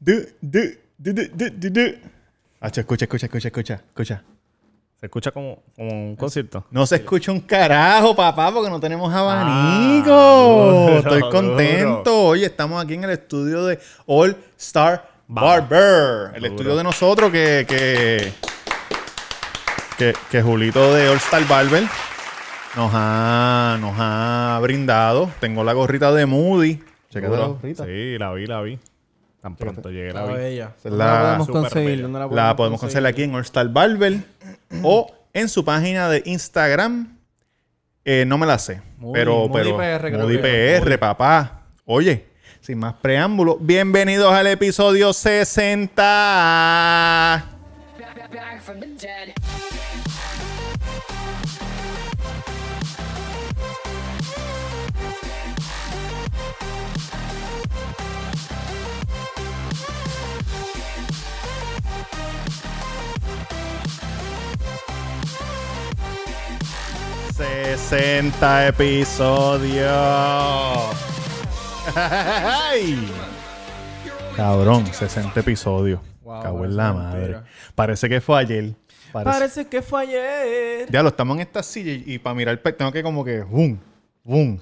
Du, du, du, du, du, du, du. Hacho, escucha, escucha, escucha, escucha, escucha. Se escucha como, como un concierto. No se escucha un carajo, papá, porque no tenemos abanico. Ah, duro, Estoy duro. contento. Oye, estamos aquí en el estudio de All Star Barber. El Duro. estudio de nosotros que, que, que, que Julito de All Star Barber nos ha, nos ha brindado. Tengo la gorrita de Moody. Checa la Duro. gorrita. Sí, la vi, la vi. Tan pronto llegué, la Está vi. bella. Esa es ¿Dónde la la podemos super conseguir? bella. ¿Dónde La podemos conseguir aquí en All Star Barber o en su página de Instagram. Eh, no me la sé. Moody- pero, Moody pero. PR creo Moody que PR, es. Moody. papá. Oye, sin más preámbulo, bienvenidos al episodio 60. back, back from the dead. ¡60 episodios! ¡Ay! Cabrón, 60 episodios. Wow, Cago parece en la mentira. madre. Parece que fue ayer. Parece- Parece que fue ayer. Ya lo estamos en esta silla y, para mirar el pe- tengo que como que boom, boom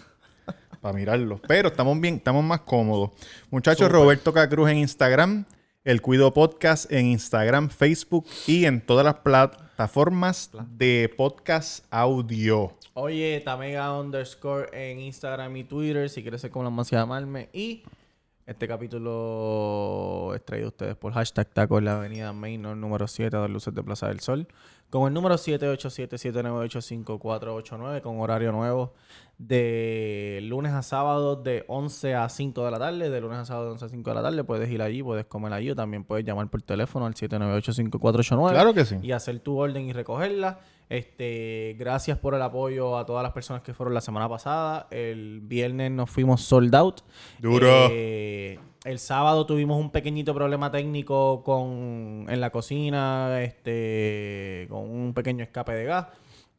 para mirarlo. Pero estamos bien, estamos más cómodos. Muchachos, Roberto Cacruz en Instagram, El Cuido Podcast en Instagram, Facebook y en todas las plataformas de podcast audio. Oye, Tamega underscore en Instagram y Twitter, si quieres ser como la más llamarme. Y este capítulo es traído a ustedes por hashtag taco en la avenida Mainor número 7 de Luces de Plaza del Sol. Con el número 787-798-5489, con horario nuevo de lunes a sábado de 11 a 5 de la tarde. De lunes a sábado de 11 a 5 de la tarde puedes ir allí, puedes comer allí o también puedes llamar por teléfono al 798-5489 Claro que sí. y hacer tu orden y recogerla. Este, gracias por el apoyo a todas las personas que fueron la semana pasada. El viernes nos fuimos sold out. Duro. Eh, el sábado tuvimos un pequeñito problema técnico con en la cocina, este, con un pequeño escape de gas.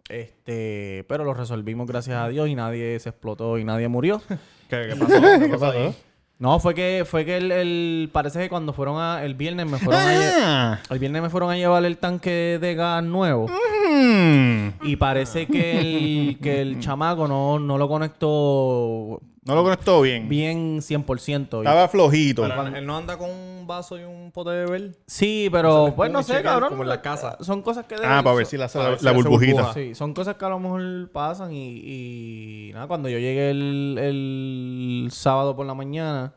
Este, pero lo resolvimos gracias a Dios y nadie se explotó y nadie murió. ¿Qué, qué pasó? ¿Qué pasó ahí? No, fue que fue que el, el- parece que cuando fueron a el viernes me fueron a lle- Ah, el viernes me fueron a llevar el tanque de gas nuevo. mm. Y parece que el, que el chamaco no, no lo conectó No lo conectó bien. bien 100%. Y- Estaba flojito. Pero él no anda con un vaso y un pote de beber. sí, pero les pues no puede sé, checar cabrón. como en la casa. Son cosas que... Ah, deben- para ver si le hace para la, ver si la le hace burbujita. burbuja. Sí, son cosas que a lo mejor pasan y, y nada, cuando yo llegué el, el sábado por la mañana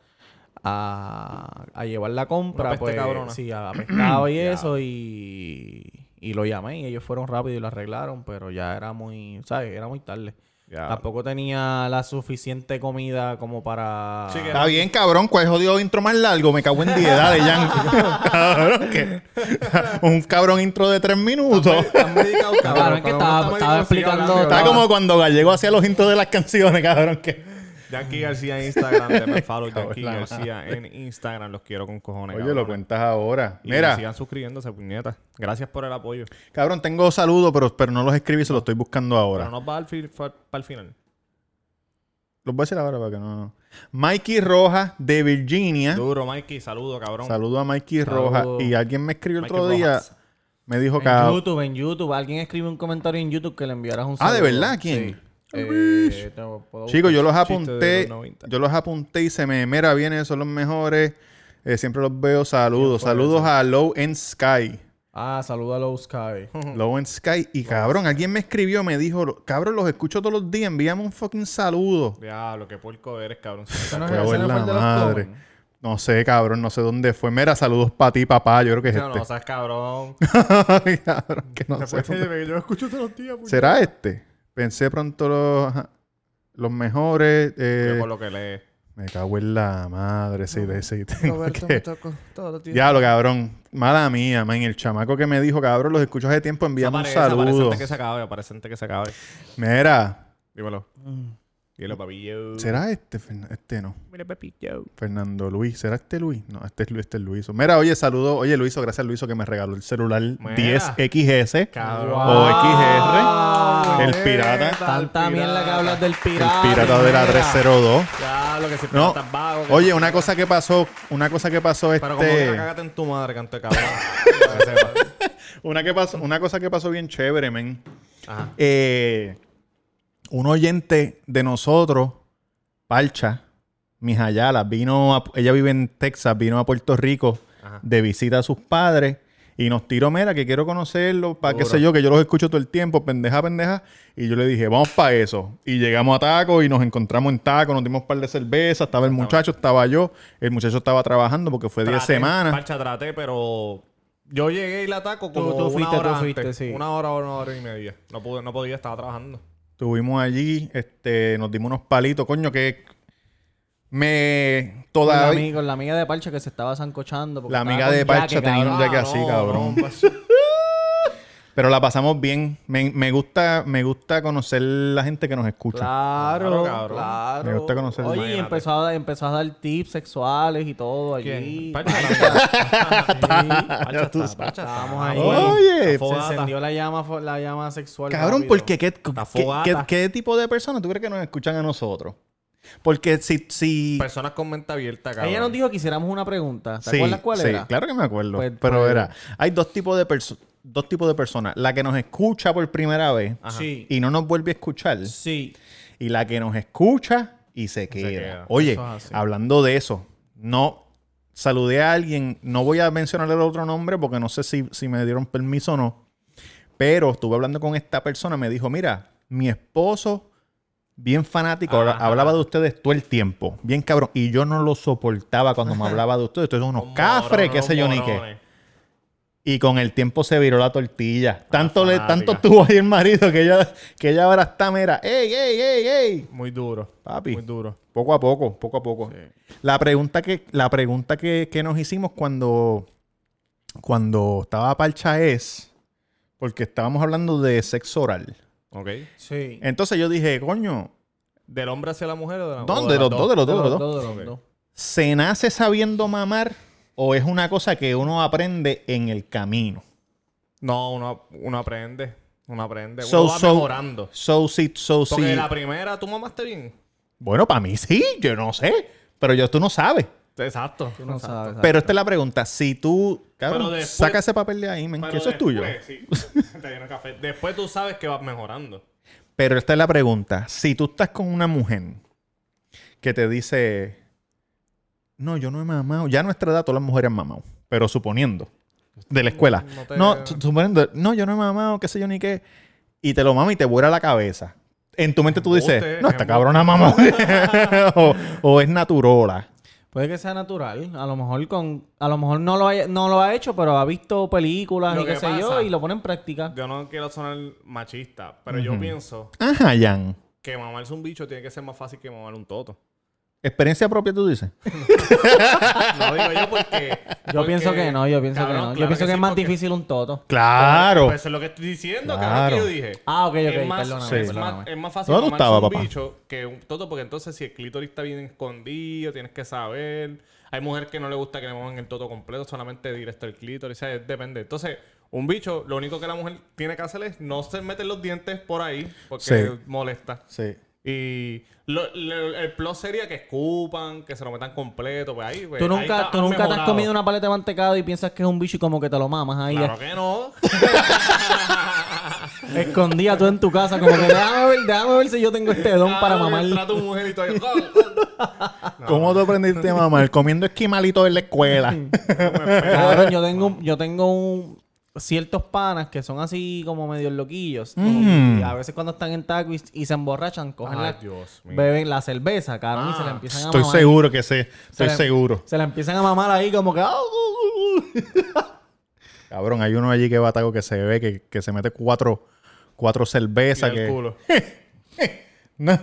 a, a llevar la compra, Una peste pues cabrona. sí, a pescado y eso y, y lo llamé y ellos fueron rápido y lo arreglaron, pero ya era muy, ¿sabes? Era muy tarde. Ya. Tampoco tenía la suficiente comida como para... Sí, que- Está bien, cabrón. ¿Cuál jodido intro más largo? Me cago en 10. Dale, Jan. cabrón, ¿qué? Un cabrón intro de tres minutos. Están medicados, cabrón. Cabrón, que Cuando estaba- uno estaba medicado, sigue explicando- hablando, Está cabrón. como cuando Gallego hacía los intros de las canciones, cabrón. Que... Yankee García en Instagram, te follow Yankee Cabrón. García en Instagram, los quiero con cojones. Oye, cabrón. lo cuentas ahora. Y Mira, sigan suscribiéndose, puñetas. Gracias por el apoyo. cabrón, tengo saludos, pero, pero no los escribí, se los estoy buscando ahora. Pero nos va al fi- fa- para el final. Los voy a decir ahora para que no. Mikey Rojas de Virginia. Duro, Mikey, saludo, cabrón. Saludo a Mikey Saludo. Rojas. Y alguien me escribió el Mikey otro día. Rojas. Me dijo, En cabrón. YouTube, en YouTube. Alguien escribe un comentario en YouTube que le enviarás un Ah, ¿de saludo. verdad? ¿Quién? Sí. Eh, te lo puedo Chicos, yo los Chiste de apunté. los 90. Yo los apunté y se me mira vienen, son los mejores. eh, siempre los veo. Saludos. Saludos a Low End Sky. Ah, saluda a Low Sky. Low End Sky. Y cabrón, alguien me escribió, me dijo, lo- cabrón, los escucho todos los días. Envíame un fucking saludo. Diablo, qué puerco eres, cabrón. no es- Cago ese en no fue la el de los madre. Common. No sé, cabrón, no sé dónde fue. Mira, saludos para ti, papá. Yo creo que es No, no, este. seas cabrón. Ay, cabrón, que no sé Después dónde- de que yo escucho todos los días, puñeta. ¿Será este? Pensé pronto los, ajá, los mejores. eh, Yo Por lo que lees. Me cago en la madre. Sí, de ese. tengo Roberto que- me tocó todos los días. Diablo, cabrón. Mala mía, man. El chamaco que me dijo, cabrón, los escucho hace tiempo, envíame un Aparece, aparece saludo. antes que se acabe, aparece antes que se acabe. Mira, Dímelo. Y los papillos. ¿Será este? Fernan- Este no. Mira, papillo. Fernando Luis. ¿Será este Luis? No, este es Luis, este es Luiso. Mira, oye, saludo. Oye, Luiso, gracias Luiso que me regaló el celular Mira. 10XS. Cabrón. O XR. Wow. El pirata. Tanta mierda que hablas del El pirata. pirata de la mira. 302. Diablo, que siempre No. estás vago. que- Oye, una cosa que pasó, una cosa que pasó Pero como que este, cagate en tu madre, canto de cabrón. Que sepa. una que pasó, una cosa que pasó bien chévere, men. Ajá. Eh, un oyente de nosotros, Parcha, Mijayala, vino a- ella vive en Texas, vino a Puerto Rico de visita a sus padres y nos tiró, mira, que quiero conocerlos, para qué sé yo, que yo los escucho todo el tiempo, pendeja, pendeja. Y yo le dije, vamos para eso. Y llegamos a Taco y nos encontramos en Taco, nos dimos un par de cervezas, estaba el muchacho, estaba yo, el muchacho estaba trabajando porque fue 10 Traté, semanas. Parcha, traté, pero yo llegué y la ataco Tú- como tú una fuiste, hora tú fuiste, antes. sí. Una hora, una hora y media. No, pude, no podía, estaba trabajando. Estuvimos allí, este, nos dimos unos palitos, coño, que me todavía... Con la, amiga, con la amiga de Parcha que se estaba zancochando. porque La estaba amiga con de Parcha jaque, tenía un cabrón. jaque así, cabrón. pues, Pero la pasamos bien. Me, me gusta, me gusta conocer la gente que nos escucha. Claro, Claro, cabrón. claro. Me gusta conocer el Oye, y Mayanate. empezó a, empezó a dar tips sexuales y todo ¿Quién? allí. Parcha, la- Ya tú sabes. Estábamos ahí. Oye, se fogata. encendió la llama, fo- la llama sexual. Cabrón, rápido. porque qué, qué, fogata. qué- qué tipo de personas tú crees que nos escuchan a nosotros? Porque si... si Personas con mente abierta, cabrón. Ella nos dijo que hiciéramos una pregunta. Pues, ¿Te sí, acuerdas cuál sí, era? claro que me acuerdo. Pues- pero pues- era... Hay dos tipos de personas. Dos tipos de personas. La que nos escucha por primera vez Ah, Sí. y no nos vuelve a escuchar. Sí. y la que nos escucha y se queda. queda. Oye, Eso es así. hablando de eso, no saludé a alguien, no voy a mencionar el otro nombre porque no sé si, si me dieron permiso o no, pero estuve hablando con esta persona, me dijo, mira, mi esposo, bien fanático, habla- hablaba de ustedes todo el tiempo, bien cabrón, y yo no lo soportaba cuando me hablaba de ustedes, ustedes son unos Unos cafres, morones, qué sé yo ni unos qué. morones. Y con el tiempo se viró la tortilla. Tanto, le, tanto fanática. estuvo ahí el marido que ella, que ella ahora está, mira, ¡ey, ey, ey, ey! Muy duro. Papi. Muy duro. Poco a poco, poco a poco. La pregunta que, la pregunta que, que nos hicimos cuando, cuando estaba Parcha es, porque estábamos hablando de sexo oral. Ok. Sí. Entonces yo dije, coño, ¿Del hombre hacia la mujer o de la mujer? ¿dónde? Los dos, de los dos, de los dos. Todos los dos. ¿Se nace sabiendo mamar o es una cosa que uno aprende en el camino? No, uno, uno aprende. Uno aprende. So, uno va so- mejorando. So, sí, so, sí. Porque la primera, tú mamaste bien. Bueno, para mí sí, yo no sé. Pero yo, tú no sabes. Exacto. Tú no sabes. Pero esta es la pregunta. Si tú, cabrón, Pero después- saca ese papel de ahí, men, que Pero eso es tuyo. después, sí. Te lleno de café. Después tú sabes que vas mejorando. Pero esta es la pregunta. Si tú estás con una mujer que te dice, no, yo no he mamado. Ya a nuestra edad todas las mujeres han mamado. Pero suponiendo, de la escuela. No te- No, su- suponiendo, no, yo no he mamado, qué sé yo ni qué. Y te lo mama y te vuela la cabeza. En tu mente tú dices, Embuste, no, esta embuste. cabrona mamó. o, o es naturola. Puede que sea natural. A lo mejor con, a lo mejor no lo, haya- no lo ha hecho, pero ha visto películas Lo y qué que sé pasa- yo y lo pone en práctica. Yo no quiero sonar machista, pero yo pienso Ajá, Jan. que mamarse un bicho tiene que ser más fácil que mamar un toto. Experiencia propia tú dices. Lo digo yo porque... Yo pienso que no, yo pienso que no. yo pienso que, es más difícil difícil un toto. Claro. Pues eso es lo que estoy diciendo, Claro. cabrón, que yo dije. Ah, ok, ok, Es más, perdóname, sí. es, perdóname. más, es más fácil ¿Dónde tú mamarse estabas, un papá? bicho que un toto, porque entonces si el clítoris está bien escondido, tienes que saber. Hay mujeres que no le gusta que le muevan el toto completo, solamente directo el clítoris, o sea, es- depende. Entonces, un bicho, lo único que la mujer tiene que hacer es no se meter los dientes por ahí, porque Sí. molesta. sí. Y lo- lo- el plus sería que escupan, que se lo metan completo, pues ahí, pues, Tú ahí nunca, está- tú han nunca te has mejorado. comido una paleta de mantecado y piensas que es un bicho y como que te lo mamas ahí Claro que no. escondida tú en tu casa como que déjame ver, déjame ver si yo tengo este don para mamar. Trata a tu mujer y ¡ah! todavía. ¿Cómo tú aprendiste a mamar? Comiendo esquimalitos en la escuela. Cabrón, yo tengo, un- yo tengo un- ciertos panas que son así como medio loquillos. Mm. Y a veces cuando están en taco y, y se emborrachan, cogen Ay, la- Dios mío. Ah. beben la cerveza, cabrón, y se la empiezan a Estoy mamar. seguro que sé. Se Estoy la- seguro. Se la empiezan a mamar ahí como que... "Ah, uh, Cabrón, hay uno allí que bataco que se ve, que, que se mete cuatro, cuatro cervezas. Y Que... el culo. No.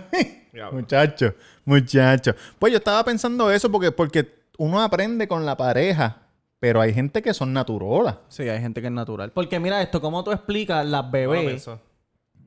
Diablo. muchacho, muchacho. Pues yo estaba pensando eso porque, porque uno aprende con la pareja, pero hay gente que son naturolas. Sí, hay gente que es natural. Porque mira esto, ¿cómo tú explicas las Bueno, bebés? pienso.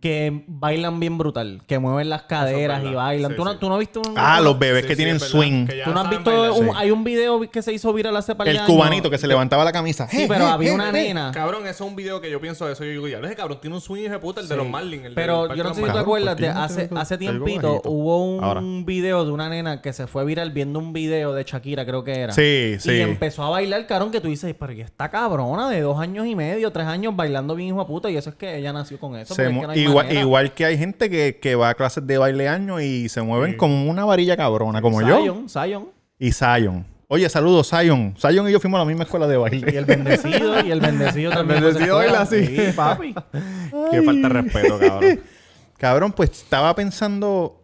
que bailan bien brutal, que mueven las caderas y verdad. bailan. Sí, ¿Tú, no, sí. tú no has visto un, Ah, los bebés Sí, que sí, tienen es verdad, swing. que ya ¿tú no has saben visto bailar. un- hay un video que se hizo viral hace par de El años? cubanito que se levantaba la camisa. "Eh, Sí, pero había una nena. Cabrón, eso es un video que yo pienso de eso. Yo digo, ya, ese cabrón tiene un swing de puta, el de los Marlins. el del Pero Parque yo no de sé los si tú te Cabrón, Marlins. acuerdas, ¿por qué de no te hace, acuerdas? hace Algo tiempito bajito. hubo un Ahora. video de una nena que se fue viral viendo un video de Shakira, creo que era. Sí, sí. Y empezó a bailar, cabrón, que tú dices, pero ¿y esta cabrona de dos años y medio, tres años bailando bien hijo de puta? Y eso es que ella nació con eso. Se porque es mu- que no hay igual, manera. igual que hay gente que, que va a clases de baile año y se mueven como una varilla cabrona, como yo. Zion, Zion. Y Zion. Oye, saludos, Zion. Zion y yo fuimos a la misma escuela de baile. Y el bendecido, y el bendecido también. fue a esa bendecido baila escuela. así. Sí, papi. Qué falta de respeto, cabrón. Cabrón, pues estaba pensando.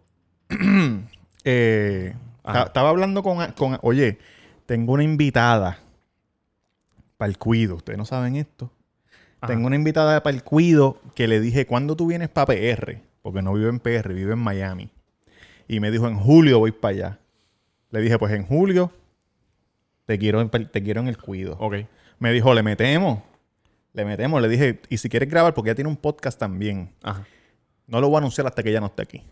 eh, ta- estaba hablando con, con- Oye, tengo una invitada para el cuido. Ustedes no saben esto. Tengo una invitada para el cuido que le dije, ¿cuándo tú vienes para PR? Porque no vive en PR, vive en Miami. Y me dijo, en julio voy para allá. Le dije, pues en julio te quiero en, pal- te quiero en el cuido. Ok. Me dijo, le metemos. Le metemos. Le dije, y si quieres grabar, porque ella tiene un podcast también. Ajá. No lo voy a anunciar hasta que ella no esté aquí.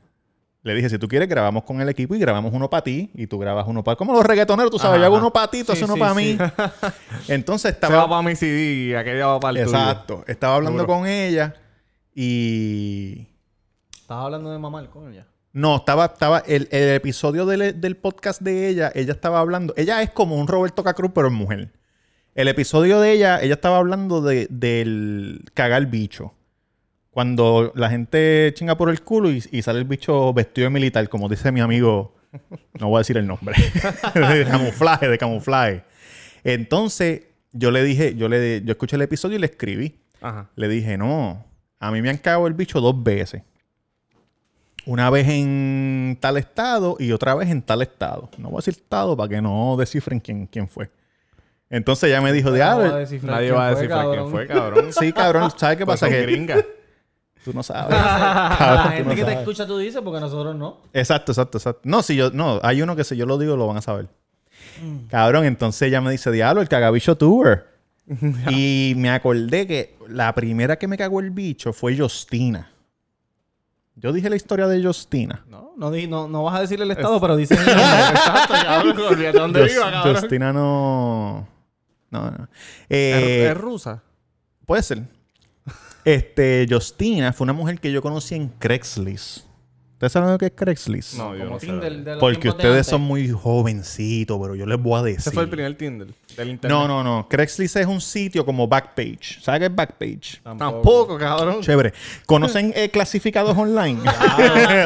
Le dije, si tú quieres, grabamos con el equipo y grabamos uno para ti y tú grabas uno para... Como los reggaetoneros, tú sabes, Ajá, yo hago ajá. uno para ti, tú Sí, haces uno sí, para sí. mí. Entonces Se va estaba... para mi CD y aquella va para el tuyo. Exacto. Estaba hablando Duro. con ella y... Estás hablando de mamá con ella. No, estaba, estaba el, el episodio del, del podcast de ella, ella estaba hablando, ella es como un Roberto Cacruz, pero es mujer. El episodio de ella, ella estaba hablando de, del cagar bicho. Cuando la gente chinga por el culo y, y sale el bicho vestido de militar, como dice mi amigo, no voy a decir el nombre, de camuflaje, de camuflaje. Entonces, yo le dije, yo le, yo escuché el episodio y le escribí. Ajá. Le dije, no, a mí me han cagado el bicho dos veces. Una vez en tal estado y otra vez en tal estado. No voy a decir estado para que no descifren quién, quién fue. Entonces ella me dijo, a diablo. descifrar Nadie quién va a fue, decir quién cabrón. fue, cabrón. Sí, cabrón, ¿sabes qué Pues pasa? son Que gringas. tú no sabes. Cabrón, La tú gente no que te sabes. escucha tú dices, porque nosotros no. Exacto, exacto, exacto. No, si yo, no, hay uno que si yo lo digo lo van a saber. Cabrón, entonces ella me dice, diablo, el cagabicho tour. y me acordé que la primera que me cagó el bicho fue Justina. Yo dije la historia de Justina. No, no, di- no, no vas a decirle el estado, pero dices el nombre. Exacto, cabrón. Olvídate dónde Jus- viva, cabrón. Justina no... No, no. ¿Es- Eh, Er, ¿Es rusa? Puede ser. Este, Justina fue una mujer que yo conocí en Craigslist. ¿Ustedes saben lo que es Craigslist? No, yo Como no sé. Tinder de los Porque tiempos de ustedes antes. son muy jovencitos, pero yo les voy a decir. Ese fue el primer Tinder del internet. No, no, no. Craigslist es un sitio como Backpage. ¿Sabes qué es Backpage? Tampoco, cabrón. Ah. Chévere. ¿Conocen eh, clasificados online?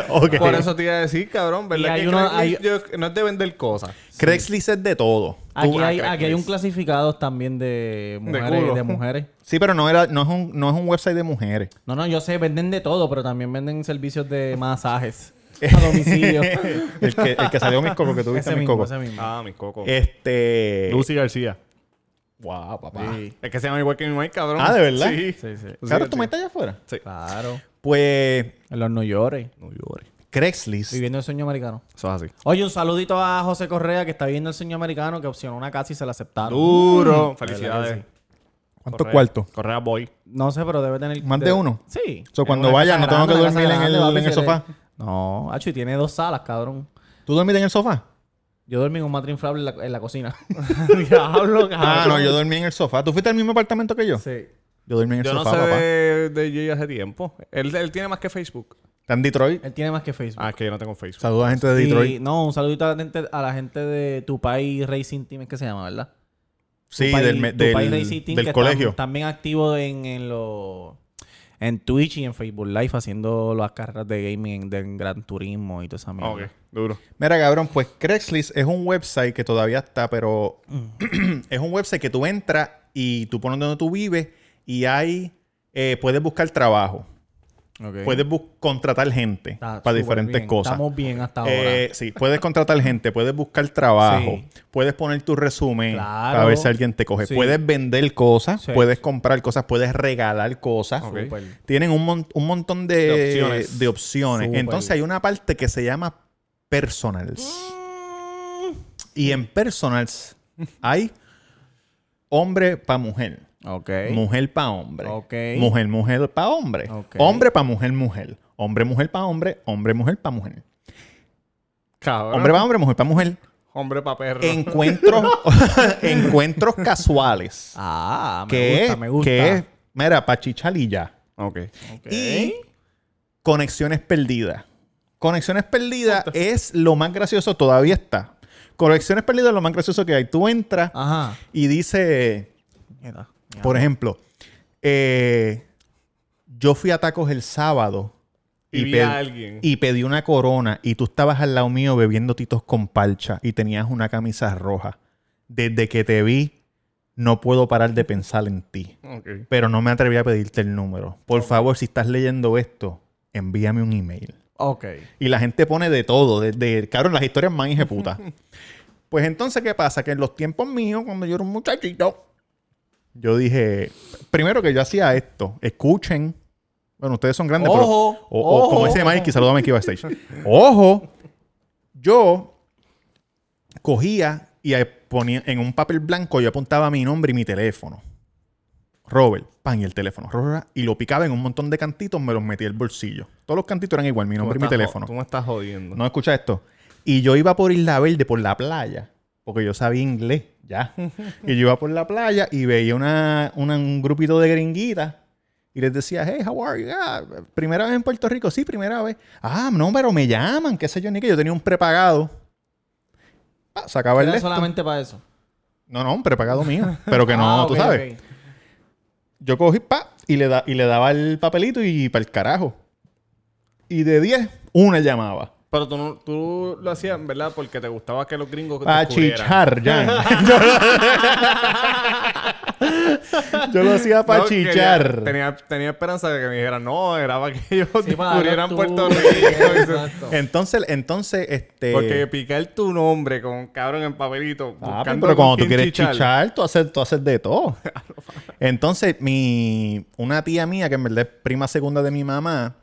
Ok. Por eso te iba a decir, cabrón, ¿verdad? Y hay que uno- Craigslist yo- no es de vender cosas. Craigslist es de todo. Aquí Tú- hay, ah, aquí hay un Craigslist. clasificado también de mujeres. De, culo. mujeres. Sí, pero no, era, no, es un, no es un website de mujeres. No, no, yo sé, venden de todo, pero también venden servicios de masajes a domicilio. El que, el que salió mis cocos, que tuviste ese mis mismo, cocos. ese mismo. Ah, mis cocos. Este. Lucy García. Wow, Ah, papá. Es que se llama igual que mi mamá, cabrón. Ah, ¿de verdad? Sí. Sí, sí. Claro, Sí, tú sí. me estás allá afuera. Claro. Pues En los New York. No llores. Craigslist. Viviendo el sueño americano. Eso es así. Oye, un saludito a José Correa que está viviendo el sueño americano que opcionó una casa y se la aceptaron. Mm. Duro. La Felicidades. verdad ¿Cuántos Correa- cuartos? Correa Boy. No sé, pero debe tener. ¿Más de debe- uno? Sí. So, En cuando una vaya, casa no tengo que grande, una dormir casa en el- grande, en el papi, sofá. se le- No, Acho, y tiene dos salas, cabrón. ¿Tú dormiste en el sofá? Yo dormí en un matrín inflable en la, en la cocina. Diablo, cabrón. Ah, no, yo dormí en el sofá. ¿Tú fuiste al mismo apartamento que yo? sí. Yo dormí en el Yo no sofá, sé papá. de, de Jay hace tiempo. Él, él tiene más que Facebook. Está en Detroit. Él tiene más que Facebook. Ah, es que yo no tengo Facebook. Saluda a gente de Y- Detroit. no, un saludito a la gente, a la gente de tu país Racing Team, es que se llama, ¿verdad? Sí, Tupai- del, me- del, Tupai Racing Team, del que colegio. están- Están bien activos en, en los- en Twitch y en Facebook Live haciendo las carreras de gaming, de Gran Turismo y toda esa Ah, mierda. Ok, duro. Mira, cabrón, pues Craigslist es un website que todavía está, pero Mm. es un website que tú entras y tú pones donde tú vives y ahí eh, puedes buscar trabajo. Ok. Puedes bu- contratar gente Está para súper diferentes bien. cosas. Estamos bien hasta ahora. Eh, sí, puedes contratar gente, puedes buscar trabajo, Sí. puedes poner tu resumen Claro. para ver si alguien te coge. Sí. Puedes vender cosas, Sí. puedes comprar cosas, puedes regalar cosas. Ok. Súper. Tienen un, mon- un montón de, de De opciones. opciones. Súper. Entonces hay una parte que se llama personals. Mm. Y en personals hay hombre para mujer. Ok. Mujer para hombre. Ok. Mujer, mujer para hombre. Ok. Hombre para mujer, mujer. Hombre, mujer para hombre. Hombre, mujer para mujer. Cabrón. Hombre para hombre, mujer para mujer. Hombre pa' perro. Encuentros, encuentros casuales. Ah, me que gusta, es, me gusta. que es, mira, para chichalilla. Ok. Ok. Y conexiones perdidas. Conexiones perdidas es lo más gracioso, todavía está. Conexiones perdidas es lo más gracioso que hay. Tú entras Ah. Ajá. y dice, Mierda, mierda. por ejemplo, eh, yo fui a tacos el sábado Y vi pe- a alguien. y pedí una corona y tú estabas al lado mío bebiendo titos con palcha y tenías una camisa roja. Desde que te vi, no puedo parar de pensar en ti. Ok. Pero no me atreví a pedirte el número. Por favor, si estás leyendo esto, envíame un email. Ok. Y la gente pone de todo, desde, cabrón, las historias más puta. pues entonces, ¿qué pasa? Que en los tiempos míos, cuando yo era un muchachito, yo dije, primero que yo hacía esto, escuchen. Bueno, ustedes son grandes, pero. Ojo, o- o ojo. como dice Mikey, saluda a Mikey backstage. Ojo, yo cogía y ahí ponía en un papel blanco, yo apuntaba mi nombre y mi teléfono. Robert, pan y el teléfono. Robert, y lo picaba en un montón de cantitos, me los metía al bolsillo. Todos los cantitos eran igual, mi Tú me nombre y mi estás jo- teléfono. Tú me estás jodiendo. No escucha esto. Y yo iba por Isla Verde, por la playa, porque yo sabía inglés, ya. y yo iba por la playa y veía una, una- un grupito de gringuitas y les decía, hey, how are you? "Ah, primera vez en Puerto Rico, sí, primera vez. Ah, no, pero me llaman, qué sé yo, ni que yo tenía un prepagado. Ah, sacaba el Era de esto. solamente para eso. No, no, un prepagado mío, pero que no, Ah, tú ok, sabes. ok. Yo cogí pa y le, da, y le daba el papelito y para el carajo. Y de 10, una llamaba. Pero tú, no- tú lo hacías, ¿verdad? Porque te gustaba que los gringos A descubrieran. chichar, ya. yo, yo lo hacía para No, que ya chichar. Tenía, tenía esperanza de que me dijeran, no, era para que ellos Sí, para descubrieran tú. Puerto Rico. Exacto. Entonces, entonces, este. Porque picar tu nombre con cabrón en papelito. Ah, buscando pero con cuando tú quién quieres chichar. Ah, chichar, tú, haces, tú haces de todo. Entonces, mi, una tía mía, que en verdad es prima segunda de mi mamá,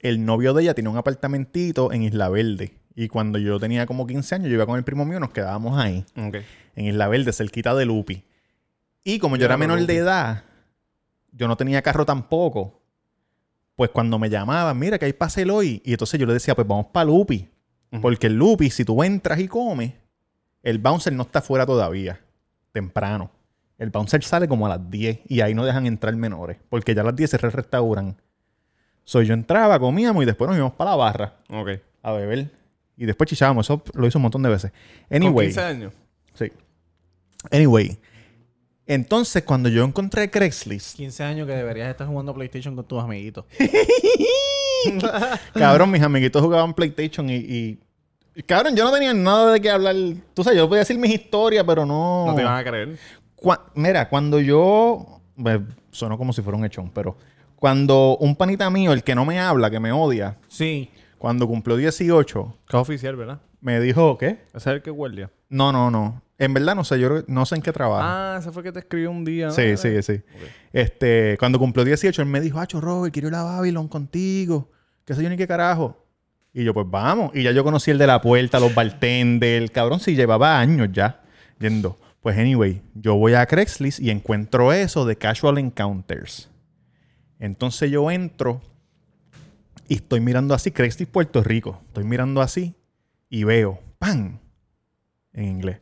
el novio de ella tenía un apartamentito en Isla Verde. Y cuando yo tenía como 15 años, yo iba con el primo mío, nos quedábamos ahí. Ok. en Isla Verde, cerquita de Lupi. Y como yo era menor de edad, yo no tenía carro tampoco. Pues cuando me llamaban, mira que hay pase el hoy. Y entonces yo le decía, pues vamos para Lupi. Porque el Lupi, si tú entras y comes, el bouncer no está fuera todavía, temprano. El bouncer sale como a las 10 y ahí no dejan entrar menores. Porque ya a las 10 cerró el restaurante. Soy yo entraba, comíamos y después nos íbamos para la barra Ok. a beber. Y después chichábamos. Eso lo hizo un montón de veces. Con Anyway. 15 años. Sí. Anyway. Entonces, cuando yo encontré Craigslist, 15 años que deberías estar jugando PlayStation con tus amiguitos. cabrón, mis amiguitos jugaban PlayStation y, y- y, Cabrón, yo no tenía nada de qué hablar. Tú sabes, yo podía decir mis historias, pero no. No te iban a creer. Cua- Mira, cuando yo. bueno, sonó como si fuera un hechón, pero. Cuando un panita mío, el que no me habla, que me odia, Sí. cuando cumplió 18, Que es oficial, ¿verdad? me dijo, ¿qué? Ese es el que guardia. No, no, no. En verdad no sé, yo creo- no sé en qué trabaja. Ah, ese fue el que te escribió un día. Sí, sí, sí. Este, cuando cumplió 18, él me dijo, Acho, Robert, quiero ir a Babylon contigo. ¿Qué sé yo ni qué carajo? Y yo, pues vamos. Y ya yo conocí el de la puerta, los bartenders. El cabrón sí llevaba años ya yendo. Pues anyway, yo voy a Craigslist y encuentro eso de Casual Encounters. Entonces yo entro y estoy mirando así, Craigslist Puerto Rico. Estoy mirando así y veo, ¡pam! En inglés.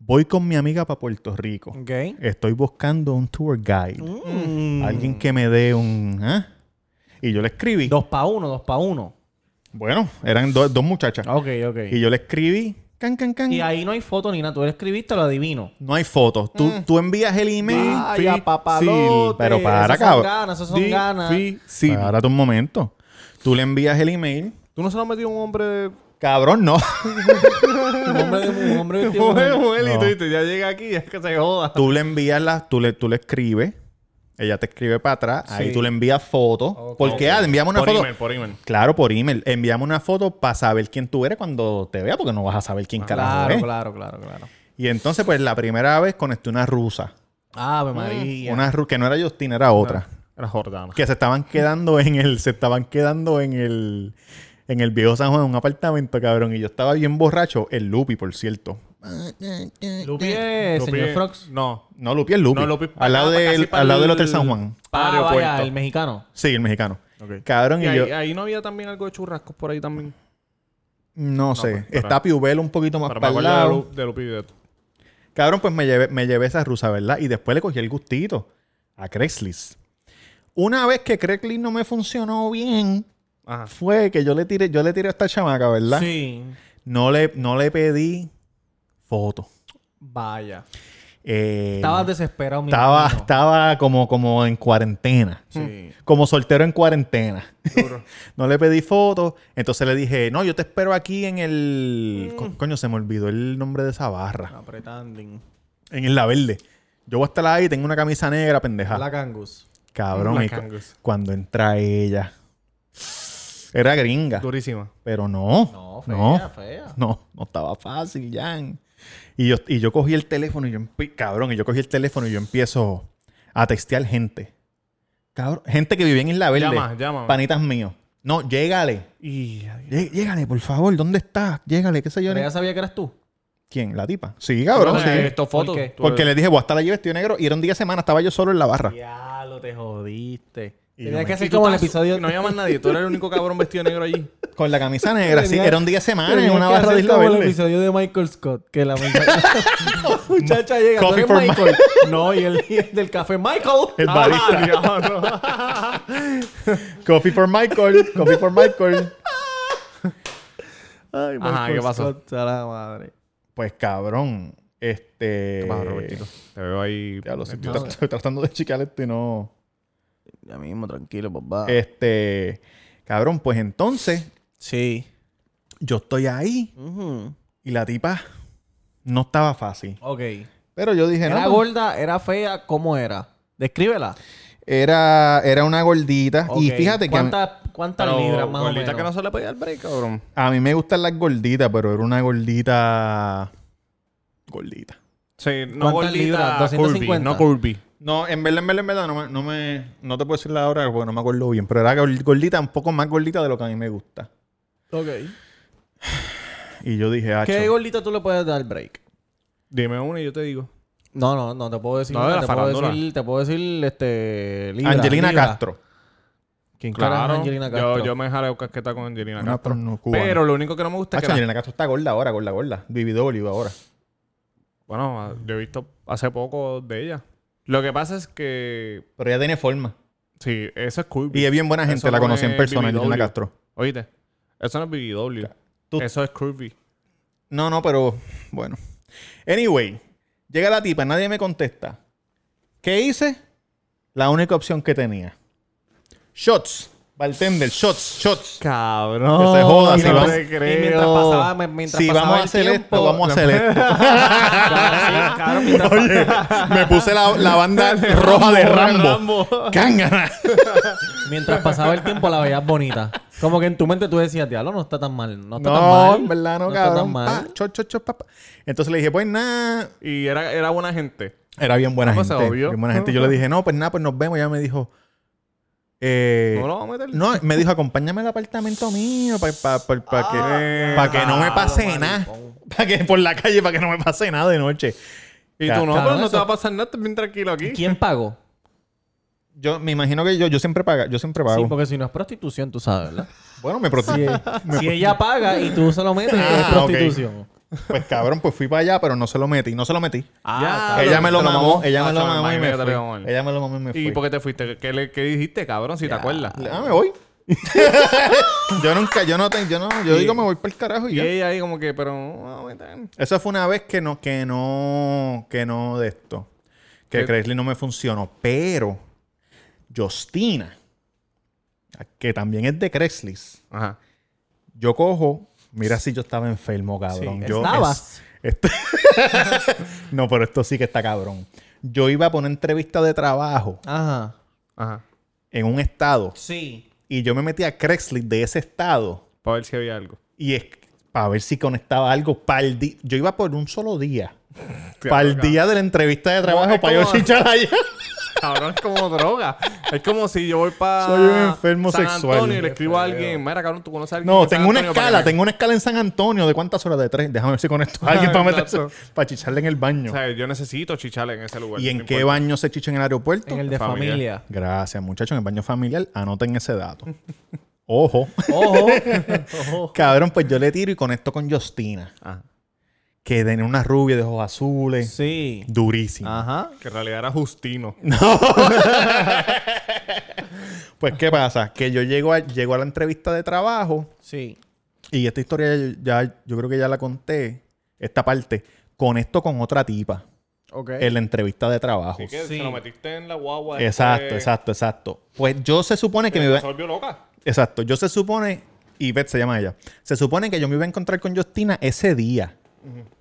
Voy con mi amiga para Puerto Rico. Ok. Estoy buscando un tour guide. Mm. Alguien que me dé un... ¿ah? Y yo le escribí. Dos pa' uno, dos pa' uno. Bueno, eran do- dos muchachas. Ok, ok. Y yo le escribí. Can, can, can. Y ahí no hay foto ni nada. Tú lo escribiste, lo adivino. No hay fotos. Tú, tú envías el email. Mm. Vaya, papalote. Sí, pero para, Esas son cabrón. ganas, esas son ganas. Difícil. Párate un momento. Tú le envías el email. ¿Tú no se lo has metido a un hombre de... Cabrón, no. Un hombre de un hombre de Mujer, mujer. mujer, y No. tú dices, ya llega aquí, es que se joda. tú le envías las... Tú le, tú le escribes. Ella te escribe para atrás. Ahí Sí. tú le envías fotos. Porque, ah, le enviamos una por foto. email, por email. Claro, por email. Enviamos una foto para saber quién tú eres cuando te vea, porque no vas a saber quién carajo eh. Claro, es. claro, claro, claro. Y entonces, pues la primera vez conecté una rusa. Ave María. Una ru- que no era Justin, era otra. Era Jordana. Que se estaban quedando en el. Se estaban quedando en el. En el viejo San Juan, en un apartamento, cabrón. Y yo estaba bien borracho. El Lupi, por cierto. Lupi es Lupi- señor Frogs. No. No, Lupi es Lupi. No, Lupi. Al lado, Ah, del, casi al lado del pa'l- Hotel San Juan. Para Ah, aeropuerto. vaya, el mexicano. Sí, el mexicano. Cabrón, Y y, yo. ahí, ah, ahí no había también algo de churrascos por ahí también. No sé. pues, espera. Está Piubelo un poquito más Pero me Ah, para el acuerdo de, lado. Lu- de Lupi Videto. Cabrón, pues me llevé, me llevé esa rusa, ¿verdad? Y después le cogí el gustito a Craigslist. Una vez que Craigslist no me funcionó bien, Ajá. fue que yo le tiré, yo le tiré a esta chamaca, ¿verdad? Sí. No le, no le pedí foto. Vaya. Eh, Estaba desesperado. mi estaba, hermano. estaba como, como en cuarentena. Sí. Como soltero en cuarentena. no le pedí fotos. Entonces le dije, no, yo te espero aquí en Mm. el. Co- Coño, se me olvidó el nombre de esa barra. Apretando. En la verde. Yo voy a estar ahí, tengo una camisa negra, pendeja. Black Angus. Cabrón, Black y cu- Angus. cuando entra ella. Era gringa, Durísima. pero no. No, No, no, fea, fea. no, estaba fácil, Jan. Y yo, y yo cogí el teléfono y yo, empe- cabrón, y yo cogí el teléfono y yo empiezo a textear gente. Cabrón, gente que vivía en Isla Verde. Llama, llama. Panitas míos. No, llégale. Y... Llé- Llégale, por favor, ¿dónde estás? Llégale, qué sé yo. Pero ella sabía que eras tú. ¿Quién? ¿La tipa? Sí, cabrón. Bueno, sí. eh, Estos ¿Por fotos. qué? tú- Porque le dije, voy a estar allí vestido de negro. Y era un día de semana, estaba yo solo en la barra. Ya lo te jodiste. Y yo Tenías que me- Y hacer tú como el estabas- episodio. No había más nadie. Tú eras el único cabrón vestido de negro allí. Con la camisa negra, sí. Tenías- Era un día de semana en tenías una que barra de hacer Isla como el Verde. episodio de Michael Scott. Que la muchacha, muchacha llega. ¿tú Coffee eres for Michael? no, y el, y el del café. ¡Michael! El barista. Ah, Coffee for Michael. Coffee for Michael. Ay, Ajá, ¿qué pasó? Scott, a la madre. Pues cabrón. Este. ¿Qué pasa, Robertito? Te veo ahí. Ya lo sé, estoy, nervioso. tra- estoy tratando de chicar esto y no. Ya mismo, tranquilo, papá. Este. Cabrón, pues entonces, sí. yo estoy ahí y la tipa no estaba fácil. Ok. Pero yo dije, ¿Era no. pues, gorda? ¿Era fea? ¿Cómo era? Descríbela. Era, era una gordita. Y Ok. fíjate que. a mí- ¿Cuántas cuántas Pero, libras más o gordita menos? que no se le pedía el break, cabrón. A mí me gustan las gorditas, pero era una gordita. Gordita. Sí, no ¿Cuántas gordita, libras? curvy, 250. no curvy. No, en verdad, en verdad, en verdad, no me, no me- no te puedo decir la hora porque no me acuerdo bien, pero era gor- gordita, un poco más gordita de lo que a mí me gusta. Ok. Y yo dije, ah, ¿Qué gordita tú le puedes dar break? Dime una y yo te digo. No, no, no te puedo decir. No, de nada, la te, puedo farándula. decir te puedo decir, este. libra, Angelina libra. Castro. ¿Quién carajo Claro, es Angelina yo- Castro? Yo, me jaleo casqueta con Angelina Una Castro. porno cubana. Pero lo único que no me Ah, gusta es que... la- Angelina Castro está gorda ahora, gorda, gorda. BBW ahora. Bueno, yo he visto hace poco de ella. Lo que pasa es que... Pero ella tiene forma. Sí, eso es curvy. Y es bien buena gente, Eso la no conocí en es persona, BBW. Angelina Castro. Oíste, eso no es BBW. Tú- Eso es curvy. No, no, pero bueno. Anyway, llega la tipa, nadie me contesta. ¿Qué hice? La única opción que tenía. Shots. Bartender, shots, shots. Cabrón. Que se joda, si vamos- te Y mientras creo. pasaba, me- mientras si pasaba vamos a el hacer tiempo, esto, vamos a hacer esto. Claro, sí, claro, mientras Oye, me puse la, la banda roja de Rambo. Cángana. Mientras pasaba el tiempo la veías bonita. Como que en tu mente tú decías, diablo, no está tan mal. No está tan No, mal. en verdad no, está cabrón. tan mal. Pa, cho, cho, cho, pa, pa. Entonces le dije, pues nada. Y era, era buena gente. Era bien buena Ah, pues, gente. obvio. Bien buena gente. Yo le dije, no, pues nada, pues nos vemos. Ella me dijo, eh, ¿No lo vamos a meter? no, me dijo, acompáñame al apartamento mío para Ah, que, pa' que no me pase nada. Para que por la calle, para que no me pase nada de noche. Y Ca- tú no, cabrón, pero no eso- te va a pasar nada. Estás bien tranquilo aquí. ¿Quién pagó? Yo me imagino que yo, yo siempre pago. Yo siempre pago. Sí, porque si no es prostitución, tú sabes, ¿verdad? Bueno, me prostituí. Si, si ella paga y tú se lo metes, es Ah, ok. prostitución. Pues cabrón, pues fui para allá, pero no se lo metí. No se lo metí. Ah, ella me lo te lo mamó, mamó. ella Ah, me lo chaval, mamó y imagínate me que te fui. lo mamó él. Ella me lo mamó y me fui. ¿Y por qué te fuiste? ¿Qué, le, qué dijiste, cabrón? Si te acuerdas. Ah, me voy. yo nunca, yo no tengo, yo no, yo digo me voy para el carajo y Y ya. ella ahí como que, pero... no, vamos a meter. Esa fue una vez que no, que no, que no de esto. Que ¿Qué? Craigslist no me funcionó. Pero Justina, que también es de Craigslist, Ajá. yo cojo, mira si yo estaba enfermo, cabrón. Sí, Yo- estabas. es- esto- no, pero esto sí que está cabrón. Yo iba a poner entrevista de trabajo Ajá. Ajá. en un estado Sí. y yo me metí a Craigslist de ese estado Para ver si había algo. y es para ver si conectaba algo para el día. Yo iba por un solo día. Para el acá. día de la entrevista de trabajo, es para yo como- chichar allá. Cabrón, es como droga. Es como si yo voy para. Soy un enfermo San sexual. Antonio y le escribo a alguien. Mira, cabrón, tú conoces a alguien. No, en San tengo una Antonio para escala, que- tengo una escala en San Antonio de cuántas horas de tres. Déjame ver si conecto a alguien para meterse, Exacto. para chicharle en el baño. O sea, yo necesito chicharle en ese lugar. ¿Y en no qué importa. baño se chicha en el aeropuerto? En el de Familia. familia. Gracias, muchachos, en el baño familiar, anoten ese dato. Ojo. Ojo. Cabrón, pues yo le tiro y conecto con Justina, Ajá. que tiene una rubia de ojos azules, Sí. durísima. Ajá. Que en realidad era Justino. Pues, ¿qué pasa? Que yo llego a, llego a la entrevista de trabajo Sí. y esta historia ya, ya- yo creo que ya la conté, esta parte, conecto con otra tipa Ok. en la entrevista de trabajo. Así que Sí. se lo metiste en la guagua. después. Exacto, exacto, exacto. Pues yo se supone que me Pero iba... Se volvió loca. Exacto. Yo se supone, y Beth se llama ella, se supone que yo me iba a encontrar con Justina ese día,